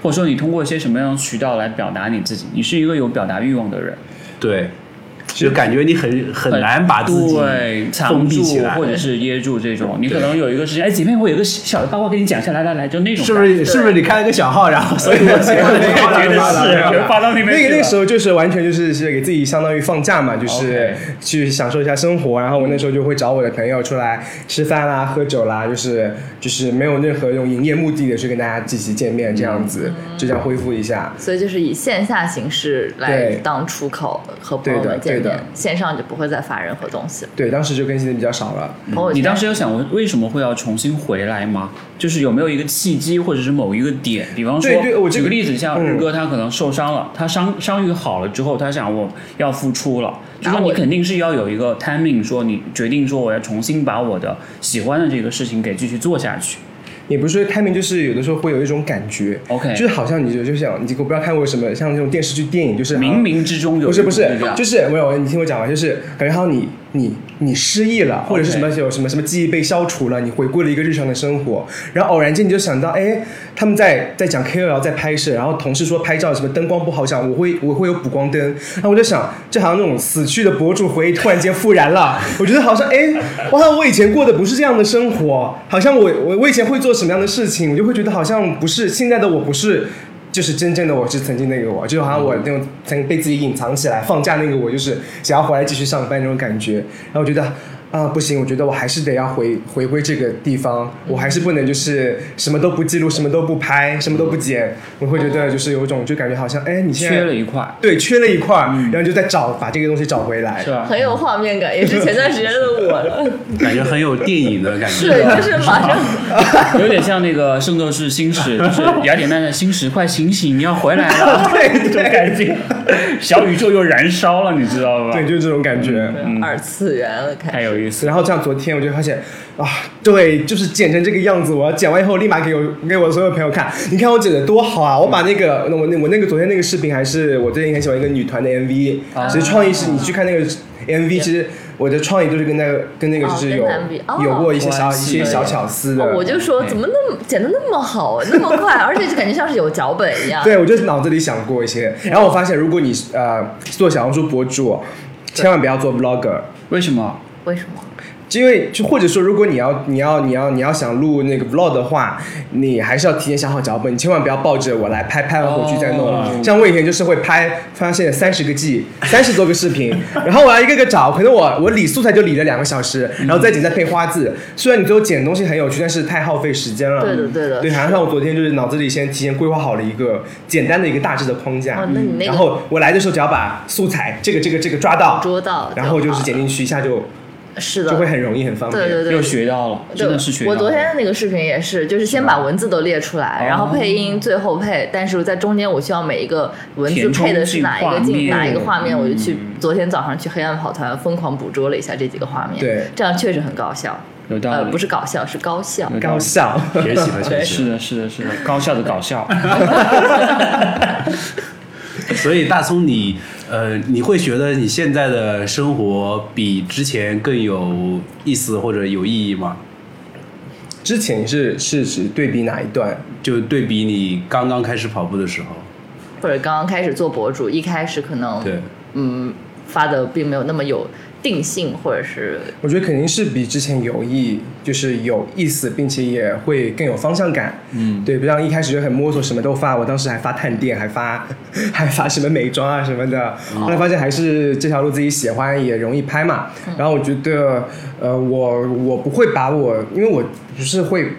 Speaker 2: 或者说你通过一些什么样的渠道来表达你自己？你是一个有表达欲望的人，
Speaker 1: 对，就感觉你很很难把自己
Speaker 2: 对
Speaker 1: 封
Speaker 2: 藏
Speaker 1: 闭
Speaker 2: 住
Speaker 1: 起来
Speaker 2: 或，者是掖住这种。你可能有一个事情，哎，姐妹，我有一个小的八卦跟你讲一下，来来来，就那种
Speaker 1: 是不是？是不是你开了个小号，然后所以我觉
Speaker 2: 觉得是全发到那边去了
Speaker 4: 那个那个时候就是完全就是是给自己相当于放假嘛，就是去享受一下生活。然后我那时候就会找我的朋友出来吃饭啦、喝酒啦，就是就是没有任何用营业目的的去跟大家积极见面，这样子
Speaker 2: 嗯
Speaker 4: 就这样恢复一下。
Speaker 3: 所以就是以线下形式来
Speaker 4: 对
Speaker 3: 当出口和朋友
Speaker 4: 对的
Speaker 3: 们见
Speaker 4: 对
Speaker 3: 面
Speaker 4: 的，
Speaker 3: 线上就不会再发任何东西了。
Speaker 4: 对，当时就更新的比较少了。
Speaker 3: 朋友
Speaker 2: 嗯
Speaker 3: 圈
Speaker 2: 你当时有想过为什么会要重新回来吗？就是有没有一个契机，或者是某一个点？比方说，
Speaker 4: 对对我这
Speaker 2: 举
Speaker 4: 个
Speaker 2: 个例子，像
Speaker 4: 嗯
Speaker 2: 日哥他可能受伤了，他伤伤愈好了之后，他想我要复出了，就
Speaker 3: 然
Speaker 2: 是
Speaker 3: 后
Speaker 2: 你
Speaker 3: 我
Speaker 2: 肯定是要有一个 timing，说你决定说我要重新把我的喜欢的这个事情给继续做下去。
Speaker 4: 也不是说 timing，就是有的时候会有一种感觉
Speaker 2: OK
Speaker 4: 就是好像你就就想，你我不知道看过什么像那种电视剧、电影，就是好像
Speaker 2: 冥冥之中有
Speaker 4: 不是不是
Speaker 2: 一个，
Speaker 4: 就是没有，你听我讲完，就是感觉好像你你你失忆了，或者是什么有什么什么记忆被消除了，你回归了一个日常的生活，然后偶然间你就想到，哎，他们在在讲 KOL 在拍摄，然后同事说拍照什么灯光不好讲，我会我会有补光灯，然后我就想，这好像那种死去的博主回忆突然间复燃了，我觉得好像哎，我好像我以前过的不是这样的生活，好像我我我以前会做什么样的事情，我就会觉得好像不是现在的我不是。就是真正的我是曾经那个我，就好像我那种曾被自己隐藏起来、放假那个我，就是想要回来继续上班那种感觉。然后我觉得啊、不行，我觉得我还是得要回回归这个地方，我还是不能就是什么都不记录、什么都不拍、什么都不剪。我会觉得就是有一种就感觉好像哎，你现在
Speaker 2: 缺了一块，嗯
Speaker 4: 对缺了一块儿，然后就在找把这个东西找回来
Speaker 2: 是。啊 吧？
Speaker 3: 很有画面感，也是前段时间的我了。
Speaker 1: 感觉很有电影的感 觉。
Speaker 3: 是，就是马上
Speaker 2: 有点像那个《圣斗士星矢》，就是雅典娜的星矢，快醒醒，你要回来了， 这
Speaker 4: 对
Speaker 2: 种感觉，小宇宙又燃烧了，你知道吧？嗯
Speaker 4: 对，就是这种感觉。
Speaker 3: 二次元了，开
Speaker 2: 太
Speaker 3: 始。
Speaker 2: 有意思了。
Speaker 4: 然后这样，昨天我就发现啊，对，就是剪成这个样子。我要剪完以后，立马给我给我所有朋友看，你看我剪的多好啊！我把那个那我那我那个昨天那个视频，还是我最近很喜欢一个女团的 MV，、其实创意是你去看那个 MV，其实我的创意就是跟那个跟那个就是有、
Speaker 3: 哦跟 MV 哦
Speaker 4: 有过一些小
Speaker 2: 关
Speaker 4: 一
Speaker 2: 系
Speaker 4: 些小巧思的。
Speaker 3: 哦我就说怎么那么剪的那么好啊，那么快，而且就感觉像是有脚本一样。
Speaker 4: 对，我就脑子里想过一些，然后我发现，如果你呃做小红书博主，千万不要做 vlogger，
Speaker 2: 为什么？
Speaker 3: 为什么？
Speaker 4: 因为就或者说，如果你要你要你要你要想录那个 vlog 的话，你还是要提前想好脚本，你千万不要抱着我来拍，拍完回去再弄。
Speaker 2: 哦
Speaker 4: 像我以前就是会拍，发现三十个 G，三十多个视频，然后我要一个个找，可能我我理素材就理了两个小时，然后再剪再配花字。虽然你最后剪的东西很有趣，但是太耗费时间了。嗯
Speaker 3: 对的对的
Speaker 4: 对，好像我昨天就是脑子里先提前规划好了一个简单的一个大致的框架，嗯
Speaker 3: 哦那你那个
Speaker 4: 然后我来的时候只要把素材这个这个这个抓到，
Speaker 3: 捉到，
Speaker 4: 然后就是剪进去，一下就。
Speaker 3: 是的，
Speaker 4: 就会很容易很方便。
Speaker 3: 对对对，
Speaker 2: 又学到了，
Speaker 3: 对
Speaker 2: 真的是学到
Speaker 3: 我
Speaker 2: 了。
Speaker 3: 昨天的那个视频也是，就是先把文字都列出来，然后配音最后配，但是在中间我需要每一个文字
Speaker 2: 填充
Speaker 3: 配的是哪一个
Speaker 2: 进画
Speaker 3: 镜
Speaker 2: 面
Speaker 3: 哪一个画面，我就去
Speaker 2: 嗯
Speaker 3: 昨天早上去黑暗跑团疯狂捕捉了一下这几个画面，
Speaker 4: 对
Speaker 3: 这样确实很高效，
Speaker 2: 有道理，
Speaker 3: 呃，不是搞笑，是高效。
Speaker 2: 有道
Speaker 4: 高
Speaker 2: 理。
Speaker 4: 效。
Speaker 1: 学习了，学习
Speaker 2: 是
Speaker 1: 了。
Speaker 2: 的，是的，是的，高效的搞 笑。
Speaker 1: 所以大葱你，呃，你会觉得你现在的生活比之前更有意思或者有意义吗？
Speaker 4: 之前是是指对比哪一段？
Speaker 1: 就对比你刚刚开始跑步的时候，
Speaker 3: 或者刚刚开始做博主，一开始可能
Speaker 1: 对，
Speaker 3: 嗯发的并没有那么有定性，或者是
Speaker 4: 我觉得肯定是比之前有意，就是有意思，并且也会更有方向感。嗯，对，不像一开始就很摸索，什么都发。我当时还发探店，还发 还发什么美妆啊什么的。后来发现还是这条路自己喜欢，也容易拍嘛。然后我觉得，呃，我我不会把我，因为我不是会。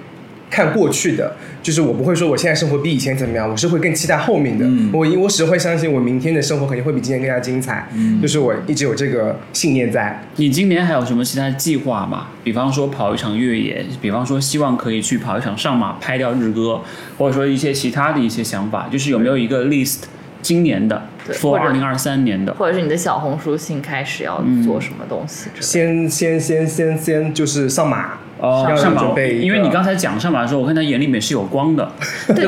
Speaker 4: 看过去的，就是我不会说我现在生活比以前怎么样，我是会更期待后面的。我我始会相信我明天的生活肯定会比今天更加精彩。就是我一直有这个信念在。
Speaker 2: 你今年还有什么其他计划吗？比方说跑一场越野，比方说希望可以去跑一场上马，拍掉日歌，或者说一些其他的一些想法，就是有没有一个 list 今年的
Speaker 3: 对
Speaker 2: ，for
Speaker 3: 或
Speaker 2: 二
Speaker 3: 者
Speaker 2: 零二三年的？
Speaker 3: 或者是你的小红书新开始要做什么东西之类的。
Speaker 4: 先先先先先就是上马，
Speaker 2: 哦，
Speaker 4: 要
Speaker 2: 上
Speaker 4: 准
Speaker 2: 马，
Speaker 4: 备一个
Speaker 2: 因为你刚才讲上马的时候，我看他眼里面是有光的，
Speaker 3: 对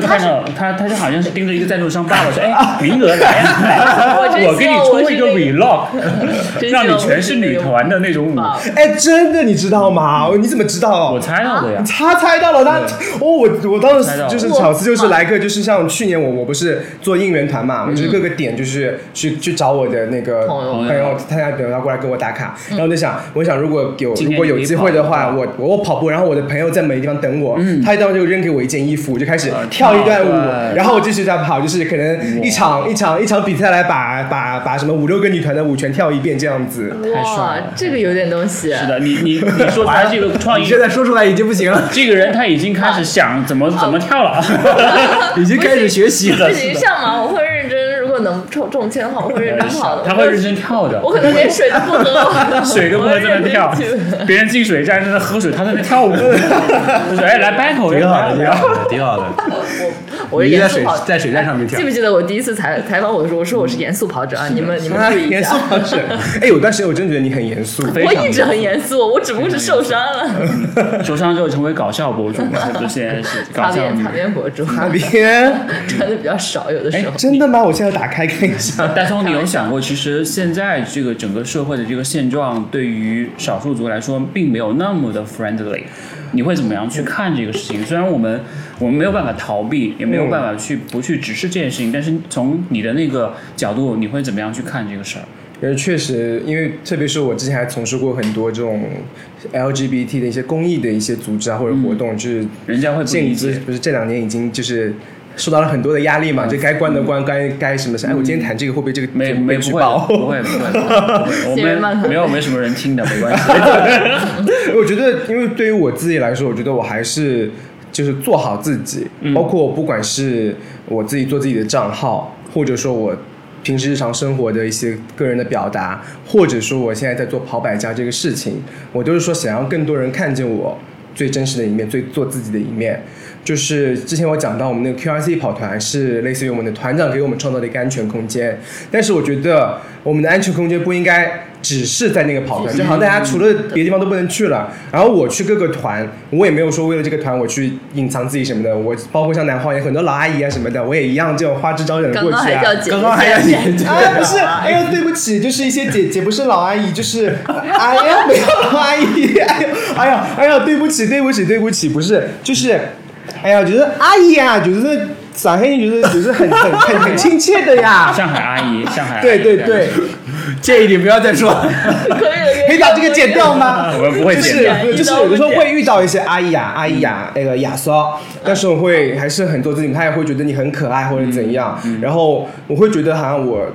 Speaker 2: 就
Speaker 3: 他
Speaker 2: 看
Speaker 3: 是
Speaker 2: 到他，他就好像是盯着一个赞助商爸爸说：“哎，名额来呀、啊，来啊
Speaker 3: 我会
Speaker 2: 我给你
Speaker 3: 希望我
Speaker 2: 出
Speaker 3: 是
Speaker 2: 一个
Speaker 3: 那个
Speaker 2: vlog，
Speaker 3: 真
Speaker 2: 让
Speaker 3: 希
Speaker 2: 你
Speaker 3: 望我
Speaker 2: 全
Speaker 3: 是
Speaker 2: 是
Speaker 3: 那
Speaker 2: 女
Speaker 3: 个啊
Speaker 2: 团的那种舞，
Speaker 3: 棒
Speaker 4: 哎，真的，你知道吗？你怎么知道
Speaker 2: 我？猜
Speaker 3: 啊
Speaker 2: 到 的呀。
Speaker 4: 他猜到了，他哦，我我当时
Speaker 2: 猜到了
Speaker 4: 就是
Speaker 3: 我
Speaker 4: 巧思，就是来个，就是像去年我我不是做应援团
Speaker 2: 嗯
Speaker 4: 嘛，我就是各个点就是去去找我的那个
Speaker 3: 朋友
Speaker 4: 朋友，他家朋友要过来跟我打卡，然后我就想，我想如果有
Speaker 2: 嗯今
Speaker 4: 如
Speaker 2: 天
Speaker 4: 果有机会的话，
Speaker 2: 你
Speaker 4: 我我跑步，然后我的朋友在每个地方等我，他一到就扔给我一件衣服，我就开始
Speaker 2: 嗯啊
Speaker 4: 跳一段舞
Speaker 2: 跳对，
Speaker 4: 然后我继续在跑，就是可能一场一场一场比赛来把把把什么五六个女团的舞全跳一遍这 样子。
Speaker 2: 太帅
Speaker 3: 哇
Speaker 2: 了，
Speaker 3: 这个有点东西。
Speaker 2: 是的，你你你说出来这个创
Speaker 4: 你
Speaker 2: 意，
Speaker 4: 现在说出来已经不行了，
Speaker 2: 这个人他已经开始想怎么
Speaker 3: 啊
Speaker 2: 怎么跳 了。
Speaker 4: 已经开始学习了
Speaker 3: 自。己上网我会认真，如果能中中签的话，我会认真跑的。
Speaker 2: 他 会认真跳的，
Speaker 3: 我，可能连水都不喝
Speaker 2: 水都不会在那跳
Speaker 3: 我会认真去，
Speaker 2: 别人进水站在那喝水，他在那 跳舞。就是哎，来 battle 一
Speaker 1: 挺好
Speaker 2: 下
Speaker 1: 的，挺好的，挺好的。
Speaker 3: 我是
Speaker 1: 你在
Speaker 3: 严肃
Speaker 1: 水
Speaker 3: 跑。
Speaker 1: 在水站上面跳
Speaker 3: 记，不记得我第一次采采访我的时候，我说我是严肃跑者啊？你们你们注意一
Speaker 4: 严肃
Speaker 3: 下。
Speaker 4: 老师，哎，有段时间我真觉得你很严肃，
Speaker 2: 非
Speaker 3: 我
Speaker 2: 常
Speaker 3: 一直很严肃，我只不过是受伤了。
Speaker 2: 受伤之后成为搞笑博主嘛，这不是现在是搞
Speaker 3: 擦
Speaker 2: 笑
Speaker 3: 边
Speaker 2: 女
Speaker 3: 擦。边博主，
Speaker 4: 哪边？
Speaker 3: 穿的比较少，有的时候。
Speaker 4: 真的吗？我现在打开看 一下。
Speaker 2: 大聪，你有想过，其实现在这个整个社会的这个现状，对于少数族来说，并没有那么的 friendly。你会怎么样去看这个事情？虽然我们我们没有办法逃避，也没有办法去不去直视这件事情，但是从你的那个角度，你会怎么样去看这个事儿？
Speaker 4: 因为呃确实，因为特别是我之前还从事过很多这种 LGBT 的一些公益的一些组织啊或者活动，就是
Speaker 2: 人家会不
Speaker 4: 这
Speaker 2: 理
Speaker 4: 不是
Speaker 2: 解。
Speaker 4: 不是这两年已经就是。受到了很多的压力嘛，就该关的关，该该什么是？哎，我今天谈这个会不会这个
Speaker 2: 没
Speaker 4: 这个
Speaker 2: 没
Speaker 4: 被
Speaker 2: 不
Speaker 4: 举
Speaker 2: 会
Speaker 4: 报？
Speaker 2: 不会不会，不
Speaker 3: 新
Speaker 2: 会
Speaker 3: 人
Speaker 2: 我
Speaker 3: 漫
Speaker 2: 们
Speaker 3: 谈
Speaker 2: 没有没什么人听的，没 关系。
Speaker 4: 我觉得，因为对于我自己来说，我觉得我还是就是做好自己，包括不管是我自己做自己的账号，或者说我平时日常生活的一些个人的表达，或者说我现在在做跑百家这个事情，我都是说想让更多人看见我最真实的一面，最做自己的一面。就是之前我讲到我们那个 QRC 跑团是类似于我们的团长给我们创造的一个安全空间，但是我觉得我们的安全空间不应该只是在那个跑团，就好像大家除了别的地方都不能去了。然后我去各个团，我也没有说为了这个团我去隐藏自己什么的，我包括像南花有很多老阿姨啊什么的，我也一样这种花枝招展的
Speaker 3: 刚
Speaker 4: 过
Speaker 3: 刚
Speaker 4: 去
Speaker 3: 还
Speaker 4: 啊。
Speaker 3: 叫姐姐，
Speaker 1: 刚刚还要
Speaker 3: 现在
Speaker 1: 姐姐
Speaker 4: 哎呀，不是，哎呀，对不起，就是一些姐姐，不是老阿姨，就是，哎呀，没有老阿姨，哎呀，哎呀，哎呀，对不起，对不起，对不起，不是，就是，哎呀，觉得阿姨啊，就是上海人，就是就是很很很很亲切的 呀，
Speaker 2: 上海阿姨，上海阿姨
Speaker 4: 对对对，，
Speaker 1: 这一点不要再说了。
Speaker 3: 可以了，可以了
Speaker 4: 可以把这个剪掉吗？
Speaker 2: 我们不会剪掉
Speaker 4: 就是就是有的时候会遇到一些阿姨呀、阿姨呀、那个亚骚，但是我会还是很做自己，她也会觉得你很可爱或者怎样。然后我会觉得好像我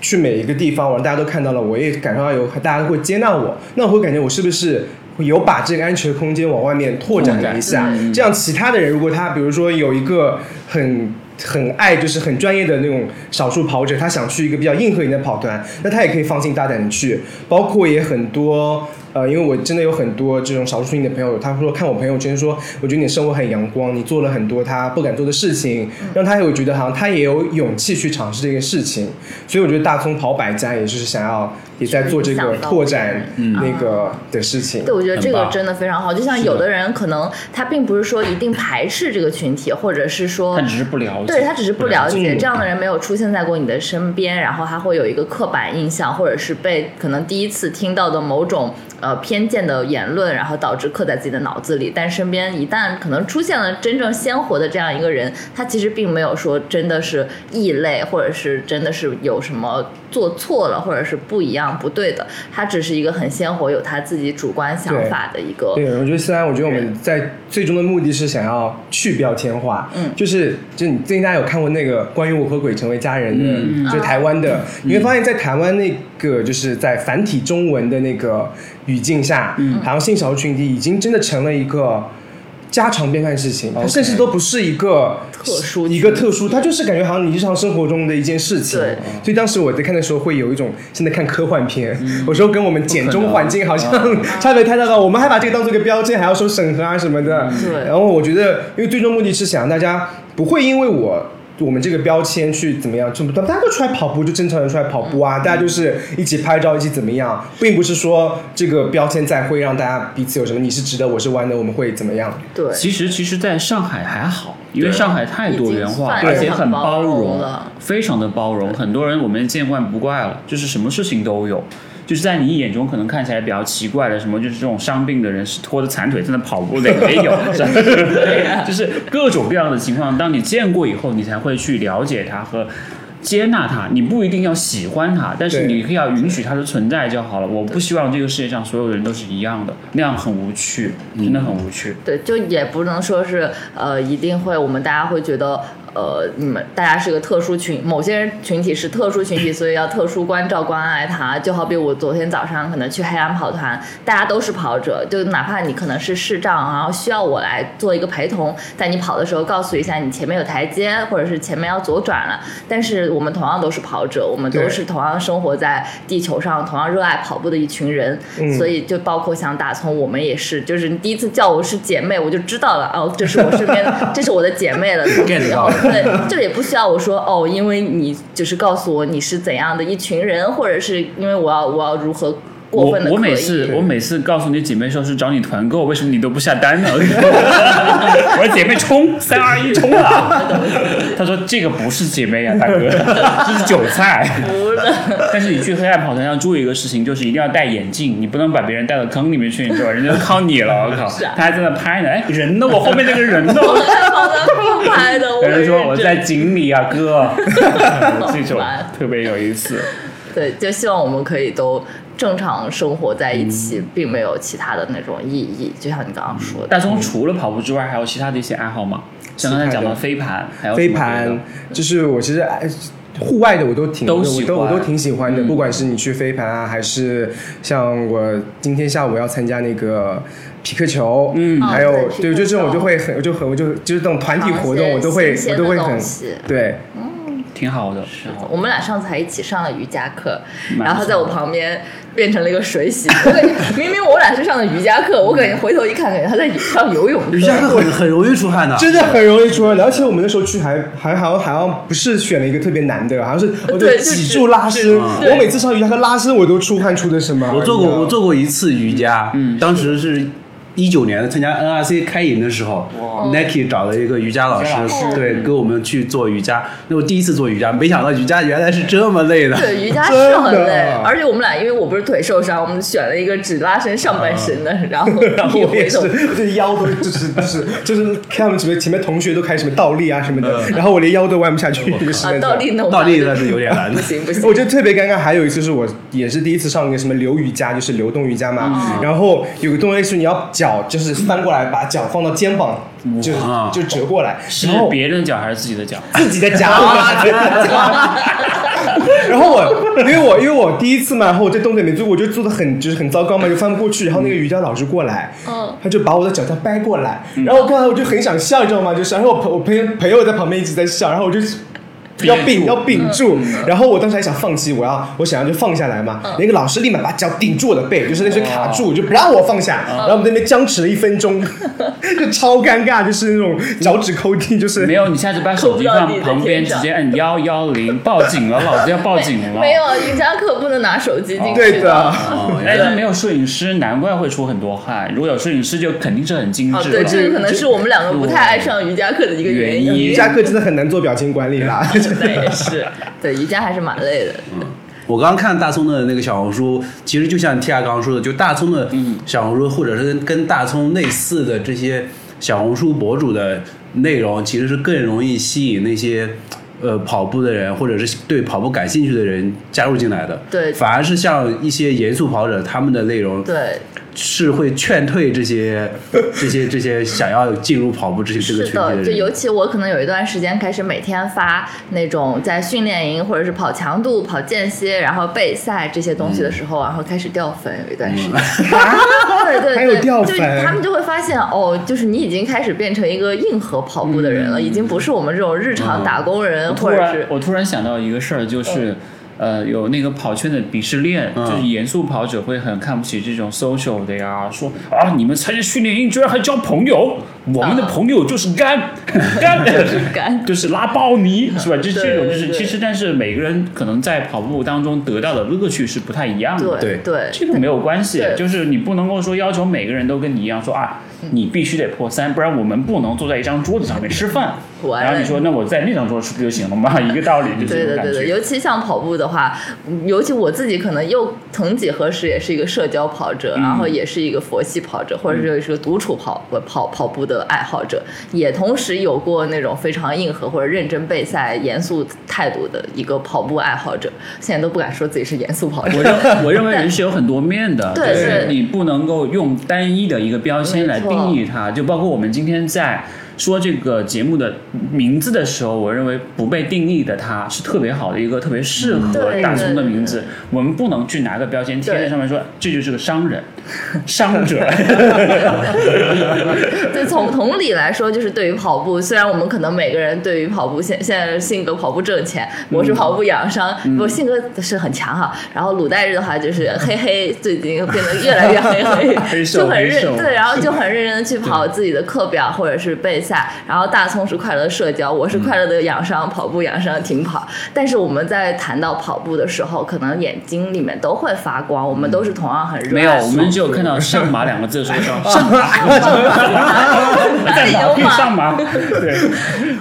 Speaker 4: 去每一个地方，我让大家都看到了，我也感受到有大家都会接纳我，那我会感觉我是不是？有把这个安全空间往外面拓展了一
Speaker 3: 嗯
Speaker 4: 下，这样其他的人如果他比如说有一个很很爱就是很专业的那种少数跑者，他想去一个比较硬核一点的跑团，那他也可以放心大胆的去。包括也很多呃，因为我真的有很多这种少数群体的朋友，他说看我朋友圈说，我觉得你生活很阳光，你做了很多他不敢做的事情，
Speaker 3: 嗯
Speaker 4: 让他有觉得好像他也有勇气去尝试这个事情。所以我觉得大葱跑百家也就是想要也在做这
Speaker 3: 想
Speaker 4: 个
Speaker 3: 到
Speaker 4: 拓展那个的事情。
Speaker 3: 对，我觉得这
Speaker 2: 很
Speaker 3: 个
Speaker 2: 棒
Speaker 3: 真的非常好。就像有的人可能他并不是说一定排斥这个群体，或者是说
Speaker 2: 他只是不了解，
Speaker 3: 对他只是不了解
Speaker 4: 嗯
Speaker 3: 这样的人没有出现在过你的身边，然后他会有一个刻板印象，或者是被可能第一次听到的某种呃偏见的言论，然后导致刻在自己的脑子里。但身边一旦可能出现了真正鲜活的这样一个人，他其实并没有说真的是异类，或者是真的是有什么做错了，或者是不一样不对的，他只是一个很鲜活，有他自己主观想
Speaker 4: 对
Speaker 3: 法的一个。
Speaker 4: 对，我觉得虽然我觉得我们在最终的目的是想要去标签化，嗯，就是就是你最近大家有看过那个关于我和鬼成为家人的，
Speaker 3: 嗯
Speaker 4: 就是台湾的，你会发现在台湾那个就是在繁体中文的那个语境下，嗯，好像性少数群体已经真的成了一个。家常便饭事情，它甚至都不是一个
Speaker 3: 特殊
Speaker 4: 一个特殊，它就是感觉好像你日常生活中的一件事情。
Speaker 3: 对
Speaker 4: 所以当时我在看的时候，会有一种现在看科幻片，我说跟我们简中环境好像 差别太大了。我们还把这个当做一个标签，还要说审核啊什么的。
Speaker 3: 对
Speaker 4: 然后我觉得，因为最终目的是想让大家不会因为我我们这个标签去怎么样，就大家都出来跑步，就正常人出来跑步啊，大家就是一起拍照，一起怎么样，并不是说这个标签在会让大家彼此有什么你是直的，我是弯的，我们会怎么样？
Speaker 3: 对，
Speaker 2: 其实其实在上海还好，因为上海太多元化，
Speaker 3: 已经算
Speaker 2: 而且很包
Speaker 3: 很包
Speaker 2: 容
Speaker 3: 容了，
Speaker 2: 非常的包容。很多人我们见怪不怪了，就是什么事情都有。就是在你眼中可能看起来比较奇怪的，什么就是这种伤病的人是拖着残腿在那跑步的也有，是吧 就是各种各样的情况。当你见过以后，你才会去了解它和接纳它。你不一定要喜欢它，但是
Speaker 4: 对
Speaker 2: 你可以要允许它的存在就好了。我不希望这个世界上所有人都是一样的，那样很无趣，真的很无趣。
Speaker 3: 对，就也不能说是呃，一定会我们大家会觉得呃，你们大家是个特殊群，某些人群体是特殊群体，所以要特殊关照关爱他。就好比我昨天早上可能去黑暗跑团，大家都是跑者，就哪怕你可能是视障，然后需要我来做一个陪同，在你跑的时候告诉一下你前面有台阶，或者是前面要左转了。但是我们同样都是跑者，我们都
Speaker 4: 对
Speaker 3: 是同样生活在地球上，同样热爱跑步的一群人，所以就包括像大葱，我们也是，就是你第一次叫我是姐妹，我就知道了， 哦，这是我身边的，这是我的姐 妹了
Speaker 1: get 到了
Speaker 3: 对，这也不需要我说哦，因为你只是告诉我你是怎样的一群人，或者是因为我要我要如何过
Speaker 2: 我
Speaker 3: 分的
Speaker 2: 我每次我每次告诉你姐妹说是找你团购，为什么你都不下单呢？ 我说姐妹冲三二一冲啊！ 他说这个不是姐妹呀、大哥，这是韭菜。
Speaker 3: 不是
Speaker 2: 但是你去黑暗跑团要注意一个事情，就是一定要戴眼镜，你不能把别人带到坑里面去，你知道吧？人家都靠你了，我靠
Speaker 3: 是啊！
Speaker 2: 他还在那拍呢，哎，人呢？我后面那个 人呢？
Speaker 3: 跑的空拍的，我
Speaker 2: 有人说
Speaker 3: 认
Speaker 2: 我
Speaker 3: 真
Speaker 2: 在井里啊， 哥，这种
Speaker 3: 烦
Speaker 2: 特别有意思。
Speaker 3: 对，就希望我们可以都正常生活在一起，
Speaker 4: 嗯
Speaker 3: 并没有其他的那种意义。就像你刚刚说的，
Speaker 2: 大
Speaker 4: 嗯
Speaker 2: 松除了跑步之外，还有其他的一些爱好吗？像刚才讲到飞盘，还有什么
Speaker 4: 飞
Speaker 2: 别的
Speaker 4: 盘，就是我其实哎户外的我都挺
Speaker 2: 都
Speaker 4: 我
Speaker 2: 喜
Speaker 4: 都我
Speaker 2: 欢嗯
Speaker 4: 都挺喜欢的，不管是你去飞盘啊，还是像我今天下午要参加那个。匹克球，嗯还
Speaker 3: 哦
Speaker 4: 有
Speaker 3: 对
Speaker 4: 对，
Speaker 3: 匹克
Speaker 4: 就这种我
Speaker 3: 球
Speaker 4: 就会很，我就很，我就就是这种团体活动，我都会，我都会很，对，
Speaker 2: 挺好的，挺好的。
Speaker 3: 我们俩上次还一起上了瑜伽课，
Speaker 2: 蛮
Speaker 3: 然后他在我旁边变成了一个水洗。我感觉明明我俩是上的瑜伽课，我感觉回头一看，感觉他在上游泳
Speaker 1: 瑜伽
Speaker 3: 课。
Speaker 1: 课很很容易出汗的，
Speaker 4: 真的很容易出汗。而且我们那时候去还还好像好像不是选了一个特别难的，好像是我
Speaker 3: 对就
Speaker 4: 脊
Speaker 3: 是
Speaker 4: 柱拉伸。
Speaker 3: 对
Speaker 4: 我每次上瑜伽课拉伸我都出汗出的什么？
Speaker 1: 我做
Speaker 4: 你知道
Speaker 1: 过，
Speaker 4: 吗嗯
Speaker 1: 我做过一次瑜伽，当时是一九年参加 NRC 开营的时候，Nike 找了一个瑜伽老师
Speaker 2: 瑜伽老师，
Speaker 4: 嗯
Speaker 1: 对，跟我们去做瑜伽。那我第一次做瑜伽，没想到瑜伽原来是这么累的。
Speaker 3: 对，瑜伽是很
Speaker 4: 真
Speaker 3: 累
Speaker 4: 的，
Speaker 3: 而且我们俩因为我不是腿受伤，我们选了一个只拉伸上半身的，然后
Speaker 4: 啊 然后
Speaker 3: 一
Speaker 4: 我也
Speaker 3: 回
Speaker 4: 是
Speaker 3: 头，
Speaker 4: 这腰都就是就是就是看他们什么前面同学都开始什么倒立啊什么的，然后我连腰都弯不下去，就是
Speaker 3: 啊
Speaker 4: 那种
Speaker 3: 倒立 弄
Speaker 1: 倒立那是有点难
Speaker 3: 不行不行，
Speaker 4: 我觉得特别尴尬。还有一次是我也是第一次上一个什么流瑜伽，就是流动瑜伽嘛。然后有个动作是你要脚就是翻过来，把脚放到肩膀，就是
Speaker 1: 哇
Speaker 4: 就折过来，
Speaker 2: 是
Speaker 4: 然后
Speaker 2: 别人的脚还是自己的脚？ 啊
Speaker 4: 自己的脚。啊 然后我，因为我因为我第一次嘛，然后我这动作也没做过，我就做的很就是很糟糕嘛，就翻不过去。然后那个瑜伽老师过来，
Speaker 3: 嗯
Speaker 4: 他就把我的脚这样掰过来，
Speaker 2: 嗯
Speaker 4: 然后我刚才我就很想笑，你知道吗？就是，然后我朋我朋朋友在旁边一直在笑，然后我就。要
Speaker 2: 屏住嗯
Speaker 4: 屏要屏住，然后我当时还想放弃，我要我想要就放下来嘛。那个老师立马把脚顶住我的背，就是那
Speaker 2: 哦
Speaker 4: 些卡住，就不让我放下。
Speaker 2: 嗯
Speaker 4: 然后我们在那边僵持了一分 钟，就超尴尬，就是那种脚趾抠地，就是
Speaker 2: 没有，你下次把手机放旁边，直接按幺幺零，报警了，老子要报警了。
Speaker 3: 没有啊瑜伽课不能拿手机进去
Speaker 4: 啊对的。
Speaker 1: 哦
Speaker 2: 哎，那没有摄影师，难怪会出很多汗。如果有摄影师，就肯定是很精
Speaker 3: 哦，
Speaker 2: 致
Speaker 3: 对，这
Speaker 2: 的。
Speaker 3: 个可能是我们两个不太爱上瑜伽课的一个原
Speaker 2: 原因
Speaker 3: 因。
Speaker 4: 瑜伽课真的很难做表情管理啦。
Speaker 3: 那也是， 对，瑜伽还是蛮累的。
Speaker 1: 我刚看大葱的那个小红书，其实就像 T R 刚刚说的，就大葱的
Speaker 3: 嗯
Speaker 1: 小红书，或者是跟大葱类似的这些小红书博主的内容，其实是更容易吸引那些呃跑步的人，或者是对跑步感兴趣的人加入进来的。
Speaker 3: 对
Speaker 1: 反而是像一些严肃跑者，他们的内容
Speaker 3: 对，
Speaker 1: 是会劝退这些这些这些想要进入跑步这些这个
Speaker 3: 是
Speaker 1: 群体的
Speaker 3: 的，
Speaker 1: 人。
Speaker 3: 就尤其我可能有一段时间开始每天发那种在训练营或者是跑强度、跑间歇，然后备赛这些东西的时候，然后开始掉粉，有一段时间。对对
Speaker 4: 还有
Speaker 3: 对，
Speaker 4: 掉
Speaker 3: 就是
Speaker 4: 粉
Speaker 3: 他们就会发现哦，就是你已经开始变成一个硬核跑步的人了，已经不是我们这种日常打工人
Speaker 2: 突
Speaker 3: 或者
Speaker 2: 然
Speaker 3: 是，嗯
Speaker 2: 我突然想到一个事儿，就是呃，有那个跑圈的鄙视链，就是严肃跑者会很看不起这种 social 的呀，说啊，你们参加训练营居然还交朋友，我们的
Speaker 3: 啊
Speaker 2: 朋友就是 干干
Speaker 3: 干
Speaker 2: 就是拉爆你，是吧？就是这种，就
Speaker 3: 对
Speaker 2: 是
Speaker 3: 对
Speaker 2: 其实，但是每个人可能在跑步当中得到的乐趣是不太一样的，
Speaker 4: 对
Speaker 3: 对对
Speaker 2: 这个没有关系
Speaker 3: 对，
Speaker 2: 就是你不能够说要求每个人都跟你一样说啊，你必须得破三，不然我们不能坐在一张桌子上面吃饭。
Speaker 3: 完
Speaker 2: 然后你说那我在那张桌子吃不就行了吗？ 一个道理就是
Speaker 3: 对
Speaker 2: 这种
Speaker 3: 对
Speaker 2: 感
Speaker 3: 对对，
Speaker 2: 觉。
Speaker 3: 尤其像跑步的话，嗯尤其我自己可能又曾几何时也是一个社交跑
Speaker 2: 嗯
Speaker 3: 者，然后也是一个佛系跑者，或者是一个独处跑不跑跑步的爱好者，也同时有过那种非常硬核或者认真备赛、严肃态度的一个跑步爱好者，现在都不敢说自己是严肃跑者
Speaker 2: 我。 认我认为人是有很多面的，
Speaker 3: 对
Speaker 2: 就是
Speaker 3: 对
Speaker 2: 你不能够用单一的一个标签来
Speaker 3: 没错
Speaker 2: 定义它，就包括我们今天在说这个节目的名字的时候，我认为不被定义的它是特别好的一个特别适合
Speaker 3: 对
Speaker 2: 大松的
Speaker 3: 对
Speaker 2: 名字，我们不能去拿个标签贴在
Speaker 3: 对
Speaker 2: 上面说这就是个商人、商 者。
Speaker 3: 对，从同理来说，就是对于跑步，虽然我们可能每个人对于跑步现现在性格跑步挣钱，我是跑步养伤，
Speaker 2: 嗯
Speaker 3: 我性格是很强哈。然后鲁代日的话就是黑黑，最近变得越来越黑
Speaker 2: 黑
Speaker 3: 黑，
Speaker 2: 瘦
Speaker 3: 就很
Speaker 2: 黑
Speaker 3: 认
Speaker 2: 瘦
Speaker 3: 对，然后就很认真的去跑自己的课表或者是备赛。然后大葱是快乐的社交，我是快乐的养伤，跑步养伤停跑。但是我们在谈到跑步的时候，可能眼睛里面都会发光，我们都是同样很热爱
Speaker 2: 没有，我
Speaker 3: 跑
Speaker 2: 们
Speaker 3: 步
Speaker 2: 只有看到“上马”两个字的时候，上上马，在马屁上马，对，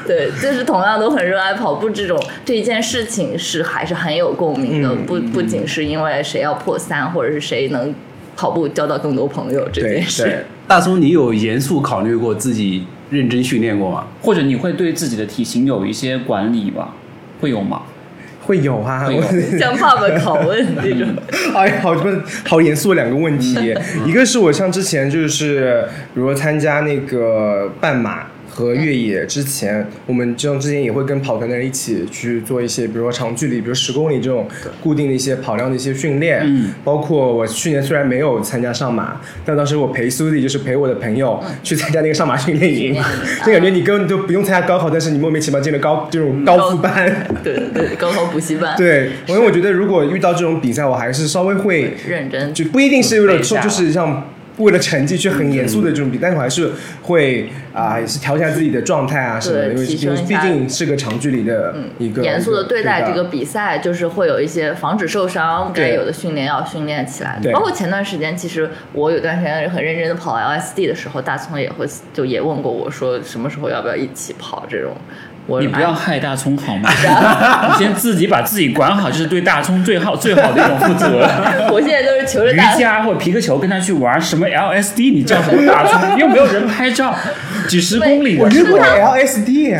Speaker 3: 对，就是同样都很热爱跑步这种这一件事情是还是很有共鸣的，
Speaker 4: 嗯
Speaker 3: 不不仅是因为谁要破三，或者是谁能跑步交到更多朋友这
Speaker 4: 对
Speaker 3: 件
Speaker 4: 对
Speaker 3: 事。，
Speaker 1: 大松，你有严肃考虑过自己认真训练过吗？
Speaker 2: 或者你会对自己的体型有一些管理吧？会有吗？
Speaker 4: 会有啊，
Speaker 2: 会有
Speaker 4: 我
Speaker 3: 像爸爸拷问这种，
Speaker 4: 哎呀，好不好严肃的两个问 题，一个是我像之前就是，比如说参加那个半马。和越野之前，我们这种之前也会跟跑团的人一起去做一些，比如说长距离，比如十公里这种固定的一些跑量的一些训练。
Speaker 2: 嗯，
Speaker 4: 包括我去年虽然没有参加上马，但当时我陪苏迪，就是陪我的朋友去参加那个上马嗯训练营，就感觉你根本就不用参加高考，但是你莫名其妙进了高这种嗯高复班。
Speaker 3: 对对对，高考补习班，
Speaker 4: 对，因为我觉得如果遇到这种比赛，我还是稍微会
Speaker 3: 认真
Speaker 4: 就不一定是为了说
Speaker 2: 背下来
Speaker 4: 就是像为了成绩去很严肃的这种比，但是我还是会啊，也是调一下自己的状态啊什么的，因
Speaker 3: 对
Speaker 4: 为
Speaker 3: 提
Speaker 4: 因为
Speaker 3: 升一
Speaker 4: 毕
Speaker 3: 下嗯
Speaker 4: 竟是个长距离的一个
Speaker 3: 严肃的对待
Speaker 4: 吧
Speaker 3: 这个比赛，就是会有一些防止受伤该有的训练要训练起来
Speaker 4: 对。
Speaker 3: 包括前段时间，其实我有段时间很认真的跑 LSD 的时候，大葱也会就也问过我说，什么时候要不要一起跑这种。我
Speaker 2: 你不要害大葱好吗？ 你先自己把自己管好，就是对大葱最好最好的一种负 责。
Speaker 3: 我现在都是求着
Speaker 2: 瑜
Speaker 3: 大
Speaker 2: 伽或者皮克球跟他去玩什么 LSD，你叫什么大葱？又没有人拍照，几十公里，
Speaker 4: 我
Speaker 3: 我
Speaker 4: 遇
Speaker 3: 是
Speaker 4: 过
Speaker 3: 他
Speaker 4: LSD，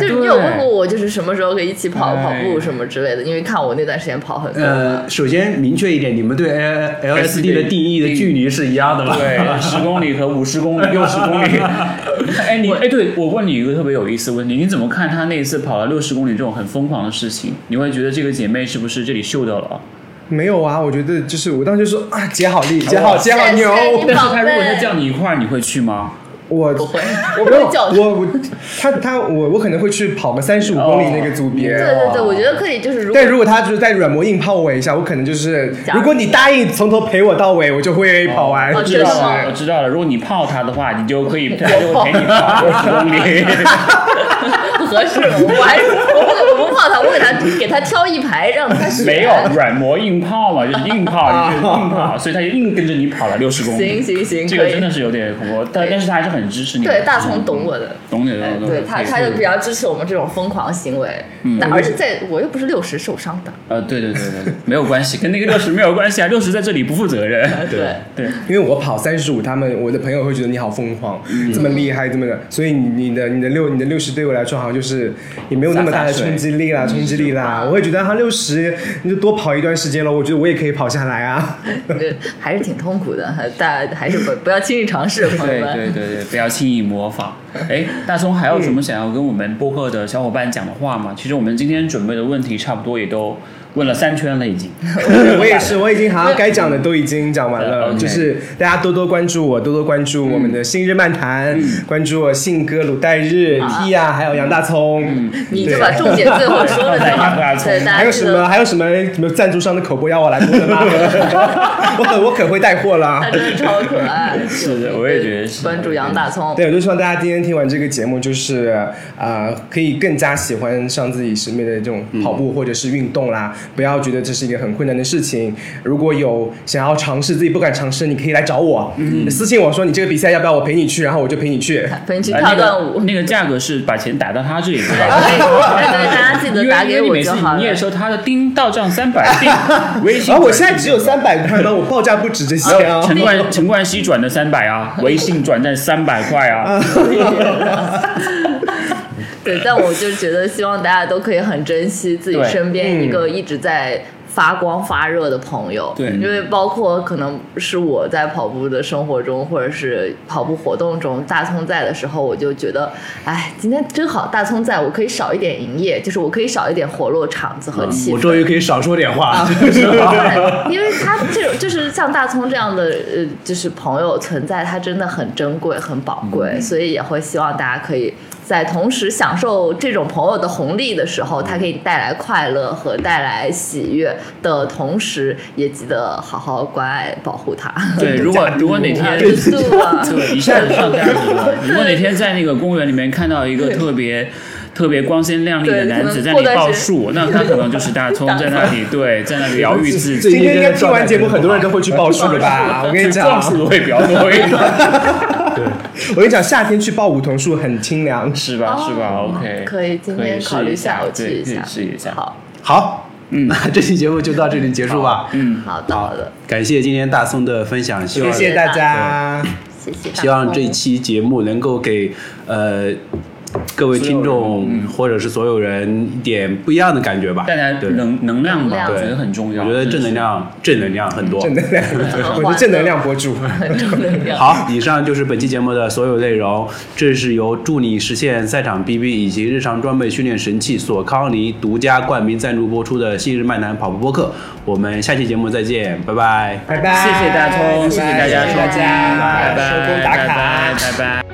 Speaker 3: 就是
Speaker 4: 哎
Speaker 3: 你有问过我，就是什么时候可以一起跑
Speaker 2: 哎
Speaker 3: 跑步什么之类的，因为看我那段时间跑很多嘛。
Speaker 1: 呃，首先明确一点，你们对 L LSD 的定义的距离是一样的 吧？
Speaker 2: 对，十公里和五十公 里、六十公里。哎，你哎，对我问你一个特别有意思的问题，你怎么看她那一次跑了六十公里这种很疯狂的事情？你会觉得这个姐妹是不是这里秀到了啊？
Speaker 4: 没有啊，我觉得就是我当时就说啊，姐好厉，姐好姐好
Speaker 3: 谢谢
Speaker 4: 牛，
Speaker 3: 你
Speaker 2: 但是她如果
Speaker 3: 宝
Speaker 2: 她
Speaker 3: 贝
Speaker 2: 叫你一块儿，你会去吗？
Speaker 4: 我
Speaker 3: 不会，
Speaker 4: 我
Speaker 3: 不
Speaker 4: 没有
Speaker 3: 会叫。哦
Speaker 4: 我我他他我我可能会去跑个三十五公里那个组别，哦
Speaker 3: 对对对，我觉得可以，就是如果
Speaker 4: 但如果他就是在软磨硬泡我一下，我可能就是，
Speaker 3: 假如
Speaker 4: 如果你答应从头陪我到尾，我就会跑完。
Speaker 3: 哦
Speaker 2: 我
Speaker 3: 哦
Speaker 2: 知
Speaker 4: 就
Speaker 2: 道
Speaker 4: 是
Speaker 3: 真的吗
Speaker 2: 了，我知道了。如果你泡她的话，你就可 以，她就会陪你跑六十公里。
Speaker 3: 不合适，我还是我我不泡他，我给他给他挑一排，让他选。
Speaker 2: 没有软磨硬泡嘛，就是硬 泡，就是硬泡，所以她就硬跟着你跑了六十公
Speaker 3: 行
Speaker 2: 里。
Speaker 3: 行行，
Speaker 2: 这
Speaker 3: 可
Speaker 2: 个真
Speaker 3: 以
Speaker 2: 的。是有点恐怖，但但是她还是很支持你的。
Speaker 3: 对，大葱懂我的。
Speaker 2: 懂你的
Speaker 3: 哎
Speaker 2: 懂你的，
Speaker 3: 对他，他就比较支持我们这种疯狂行为。但而且在我又不是六十受伤的，
Speaker 2: 呃，对对对对对，没有关系，跟那个六十没有关系啊，六十在这里不负责任。
Speaker 3: 对
Speaker 2: 哎对，
Speaker 4: 因为我跑三十五，他们我的朋友会觉得你好疯狂，这么厉害，这么的，所以你的你的六你的六十对我来说好像就是也没有那么大的
Speaker 2: 洒洒水
Speaker 4: 冲击力啦，冲击力啦，我会觉得他六十你就多跑一段时间了，我觉得我也可以跑下来 啊。
Speaker 3: 对，还是挺痛苦的。但还是不不要轻易尝试，朋
Speaker 2: 对
Speaker 3: 友
Speaker 2: 对
Speaker 3: 们。
Speaker 2: 对对，不要轻易模仿。哎，大葱还有
Speaker 3: 嗯
Speaker 2: 什么想要跟我们播客的小伙伴讲的话吗？其实我们今天准备的问题差不多也都问了三圈了已经。
Speaker 4: 我也是，我已经好像该讲的都已经讲完了，
Speaker 2: OK
Speaker 4: 就是嗯大家多多关注我，多多关注我们的新日漫谈，关注我信哥、鲁代日、Tia，还有杨大葱，
Speaker 3: 你就把重点最后说了就好
Speaker 2: 大家。
Speaker 3: 对，大
Speaker 4: 还
Speaker 3: 家
Speaker 4: 有
Speaker 3: 记
Speaker 4: 什
Speaker 3: 得
Speaker 4: 么还有什么什么赞助商的口播要我来播 的吗？我可我可会带货啦
Speaker 3: 他。真的超可爱。
Speaker 2: 啊 是的，我也觉得是。
Speaker 3: 关注杨大葱。
Speaker 4: 对，我就希望大家今天听完这个节目，就是呃，可以更加喜欢上自己身边的这种跑步或者是运动啦，不要觉得这是一个很困难的事情。如果有想要尝试自己不敢尝试，你可以来找我，
Speaker 3: 嗯
Speaker 4: 私信我说你这个比赛要不要我陪你去，然后我就陪 你去。
Speaker 3: 陪你去
Speaker 2: 啊
Speaker 3: 跳
Speaker 2: 那
Speaker 3: 段
Speaker 2: 个
Speaker 3: 舞。
Speaker 2: 那个价格是把钱打到他这里去
Speaker 3: 对，
Speaker 2: 了。
Speaker 3: 对，大家记
Speaker 2: 因
Speaker 3: 得
Speaker 2: 为
Speaker 3: 打给
Speaker 2: 因为你
Speaker 3: 我
Speaker 2: 每
Speaker 3: 就
Speaker 2: 次
Speaker 3: 好了哦
Speaker 2: 你。也说他的丁到账三百， 丁微信。
Speaker 4: 然后我现在只有三百块吗？我报价不止这些啊。
Speaker 2: 陈冠陈冠希转的三百啊，微信转账三百块啊，
Speaker 3: 哎对，但我就觉得希望大家都可以很珍惜自己
Speaker 2: 对嗯
Speaker 3: 身边一个一直在。发光发热的朋友，
Speaker 2: 对
Speaker 3: 因为包括可能是我在跑步的生活中，或者是跑步活动中，大葱在的时候，我就觉得，哎，今天真好，大葱在，我可以少一点营业，就是我可以少一点活络场子和气
Speaker 1: 嗯
Speaker 3: 氛。
Speaker 1: 我终于可以少说点话。
Speaker 3: 啊 对因为他这种就是像大葱这样的呃，就是朋友存在，他真的很珍贵、很宝
Speaker 2: 嗯
Speaker 3: 贵，所以也会希望大家可以在同时享受这种朋友的红利的时候，他给你带来快乐和带来喜悦的同时，也记得好好关爱、保护他。
Speaker 2: 对，如果如果哪天
Speaker 3: 吃素 啊，
Speaker 2: 对，一下子上价值了。如果哪天在那个公园里面看到一个特别特别光鲜亮丽的男子
Speaker 3: 对
Speaker 2: 在
Speaker 3: 可
Speaker 2: 那里
Speaker 3: 能过
Speaker 2: 报
Speaker 3: 段时
Speaker 2: 数， 那他可能就是大葱在那里，对，在那里疗愈自己。
Speaker 4: 今天应该听完节目，很多人都会去报数的吧？我跟你讲，
Speaker 2: 撞数会比较多一点，
Speaker 4: 我跟你讲，夏天去报梧桐树很清凉。
Speaker 2: 是吧？是吧
Speaker 3: 哦
Speaker 2: ？OK，
Speaker 3: 可以今天考虑
Speaker 2: 试一
Speaker 3: 一下，我去
Speaker 2: 对，
Speaker 3: 一
Speaker 2: 可以
Speaker 3: 下，
Speaker 2: 试一下。
Speaker 3: 好，
Speaker 1: 好， 嗯，这期节目就到这里结束吧。
Speaker 2: 嗯，
Speaker 3: 好的，好的，
Speaker 1: 感谢今天大宋的分享，希
Speaker 4: 谢
Speaker 1: 望
Speaker 4: 谢大家，
Speaker 3: 谢谢大葱。
Speaker 1: 希望这期节目能够给呃各位听众或者是所有人一点不一样的感觉吧。
Speaker 2: 大家
Speaker 1: 对，
Speaker 2: 能能量吧，
Speaker 3: 能量
Speaker 2: 我觉
Speaker 1: 对
Speaker 2: 得很重要。
Speaker 1: 我觉得
Speaker 2: 真的
Speaker 1: 正能
Speaker 2: 是。
Speaker 1: 量，正能量很多。
Speaker 4: 正能量， 我是正能量博主。
Speaker 3: 正能量。
Speaker 1: 好，以上就是本期节目的所有内容。这是由助你实现赛场 BB 以及日常装备训练神器索康尼独家冠名赞助播出的《新日漫谈跑步播客》，我们下期节目再见，拜拜。
Speaker 4: 拜拜，
Speaker 2: 谢谢大葱，谢谢大家
Speaker 4: 谢
Speaker 2: 收
Speaker 4: 谢
Speaker 2: 听，
Speaker 4: 大家，
Speaker 2: 拜拜，
Speaker 4: 收工打卡。
Speaker 2: 拜拜。拜拜